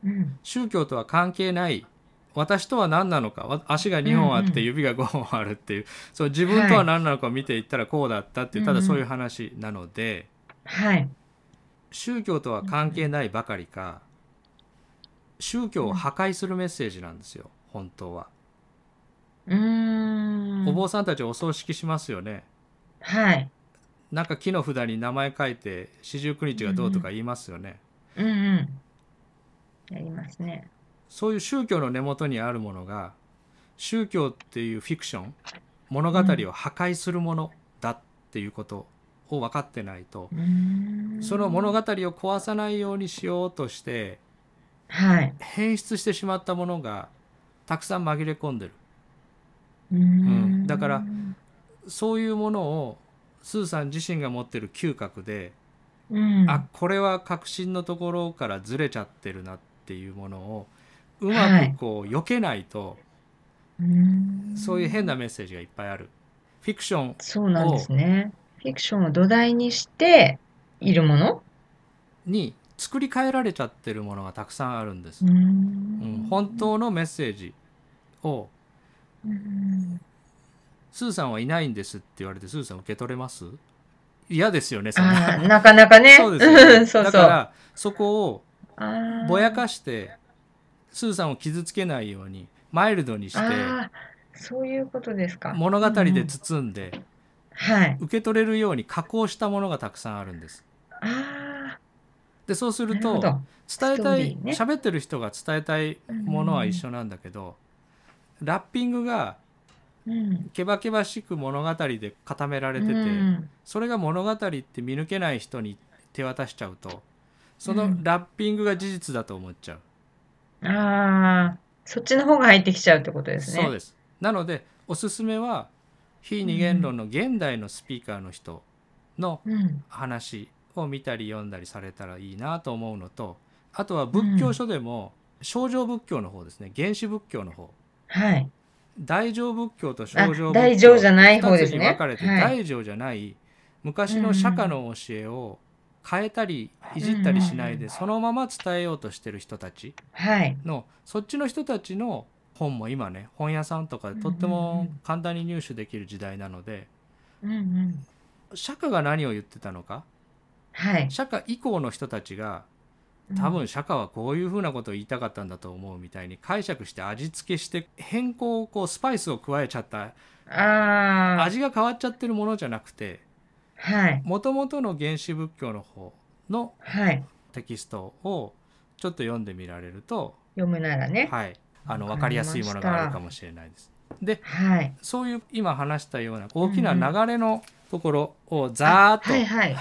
Speaker 1: うん
Speaker 2: 宗教とは関係ない私とは何なのかわ足が2本あっ
Speaker 1: うんう
Speaker 2: て
Speaker 1: ん
Speaker 2: 指が5本あるっていう,、そう自分とは何なのかを見ていったらこうだったっていう、
Speaker 1: うんう
Speaker 2: た
Speaker 1: ん
Speaker 2: だそういう話なので
Speaker 1: はい
Speaker 2: 宗教とは関係ないばかりか宗教を破壊するメッセージなんですよ本当は。
Speaker 1: うーん
Speaker 2: お坊さんたちお葬式しますよね。
Speaker 1: はい
Speaker 2: なんか木の札に名前書いて四十九日がどうとか言いますよね。
Speaker 1: うんうんやりますね
Speaker 2: そういう宗教の根元にあるものが宗教っていうフィクション物語を破壊するものだっていうことを分かってないとその物
Speaker 1: が、
Speaker 2: 語を壊さないようにしようとして
Speaker 1: はい、
Speaker 2: 変質してしまったものがたくさん紛れ込んでる
Speaker 1: う
Speaker 2: うんだからそういうものをスーさん自身が持ってる嗅覚で、
Speaker 1: うん、
Speaker 2: あこれは確信のところからずれちゃってるなっていうものをうまくこう避けないと、
Speaker 1: うん
Speaker 2: そういう変なメッセージがいっぱいある。フィクション
Speaker 1: そうなんですねフィクションを土台にしているもの
Speaker 2: に作り変えられちゃってるものがたくさんあるんです
Speaker 1: う。ん
Speaker 2: うん、本当のメッセージを
Speaker 1: うん
Speaker 2: 「スーさんはいないんです」って言われてスーさん受け取れます嫌ですよねそんな
Speaker 1: あーなかなかね
Speaker 2: そうですよ、
Speaker 1: う
Speaker 2: ね、
Speaker 1: んそうそう
Speaker 2: だからそこを
Speaker 1: あー
Speaker 2: ぼやかしてスーさんを傷つけないようにマイルドにして
Speaker 1: あーそういうことですか
Speaker 2: 物語
Speaker 1: うんう
Speaker 2: で
Speaker 1: ん
Speaker 2: 包んで
Speaker 1: はい
Speaker 2: 受け取れるように加工したものがたくさんあるんです。
Speaker 1: あ
Speaker 2: でそうす
Speaker 1: あな
Speaker 2: る
Speaker 1: るほ
Speaker 2: と
Speaker 1: ど
Speaker 2: 伝え
Speaker 1: ストー
Speaker 2: た
Speaker 1: リ
Speaker 2: い
Speaker 1: ーね
Speaker 2: 喋、ってる人が伝えたいものは一緒なんだけどラッピングが
Speaker 1: うん
Speaker 2: けばけばしく物語で固められてて、
Speaker 1: うん
Speaker 2: それが物語って見抜けない人に手渡しちゃうとそうの
Speaker 1: ん
Speaker 2: ラッピングが事実だと思っちゃう、
Speaker 1: ああそっちの方が入ってきちゃうってことですね
Speaker 2: そうですなのでおすすめは非二元論の現代のスピーカーの人の
Speaker 1: うん
Speaker 2: 話を見たり読んだりされたらいいなと思うのとあとは仏教書でも少女仏教の方ですね原始仏教の方
Speaker 1: はい
Speaker 2: 大乗仏教と小乗仏教
Speaker 1: あ大乗じゃない方ですね
Speaker 2: 二つに分かれて、
Speaker 1: はい
Speaker 2: 大乗じゃない昔の釈迦の教えを変えたりいじったりしないで、
Speaker 1: うん
Speaker 2: そのまま伝えようとしてる人たち
Speaker 1: はい
Speaker 2: のそっちの人たちの本も今ね本屋さんとかでとって
Speaker 1: うんうん
Speaker 2: も
Speaker 1: うん
Speaker 2: 簡単に入手できる時代なので
Speaker 1: うんうん
Speaker 2: 釈迦が何を言ってたのか
Speaker 1: はい
Speaker 2: 釈迦以降の人たちが多分釈迦はこういうふうなことを言いたかったんだと思うみたいに解釈して味付けして変更をこうスパイスを加えちゃった
Speaker 1: ああ
Speaker 2: 味が変わっちゃってるものじゃなくて
Speaker 1: はい
Speaker 2: もともとの原始仏教の方の
Speaker 1: はい
Speaker 2: テキストをちょっと読んでみられると、
Speaker 1: 読むならね
Speaker 2: はい、あの
Speaker 1: わ
Speaker 2: 分
Speaker 1: か
Speaker 2: か
Speaker 1: り
Speaker 2: り
Speaker 1: ま
Speaker 2: や
Speaker 1: した
Speaker 2: すいものがあるかもしれないです。で
Speaker 1: はい
Speaker 2: そういう今話したような大きな流れのところをざ
Speaker 1: はい
Speaker 2: ーっ
Speaker 1: はい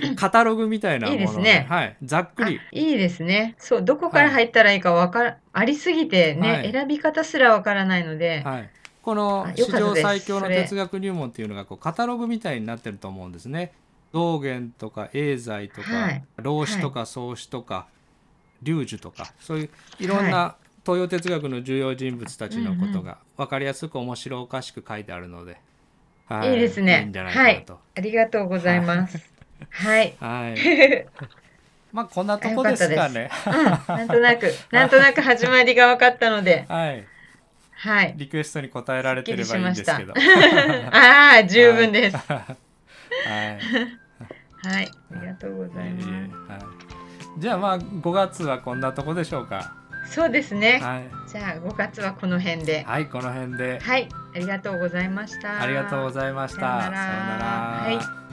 Speaker 2: とカタログみたいなもの
Speaker 1: いいですね
Speaker 2: はい、ざっくり
Speaker 1: あいいですね。そう、どこから入ったらいいかわから、ありすぎてね、
Speaker 2: はい
Speaker 1: 選び方すらわからないので、
Speaker 2: はい、この
Speaker 1: あ
Speaker 2: 史
Speaker 1: よかった
Speaker 2: 上
Speaker 1: です
Speaker 2: 最強の
Speaker 1: それ
Speaker 2: 哲学入門っていうのがこうカタログみたいになってると思うんですね。道元とか永在とか、
Speaker 1: はい
Speaker 2: 老子とか宗子とか龍樹とかそういういろんな東洋哲学の重要人物たちのことが分かりやすく面白おかしく書いてあるので、はい
Speaker 1: いですね
Speaker 2: いいんじゃないかなと。
Speaker 1: ありがとうございます。はい。
Speaker 2: はい
Speaker 1: うん、
Speaker 2: まあこんなとこですかね。
Speaker 1: なんとなく、なんとなく始まりが分かったので、
Speaker 2: はい、
Speaker 1: はい。
Speaker 2: リクエストに答えられてればいいんですけど。
Speaker 1: ああ、十分です。は
Speaker 2: はい
Speaker 1: い、ありがとうご
Speaker 2: い
Speaker 1: ざ
Speaker 2: え
Speaker 1: い
Speaker 2: いえ
Speaker 1: ま
Speaker 2: はい、じゃあまあ5月はこんなとこでしょうか。
Speaker 1: す。そうですね。
Speaker 2: はい、
Speaker 1: じゃあ、5月はこの辺で。
Speaker 2: はい、この辺で
Speaker 1: はい、ありがとうございました。
Speaker 2: ありがとうございました。
Speaker 1: さようなら
Speaker 2: さようなら
Speaker 1: はい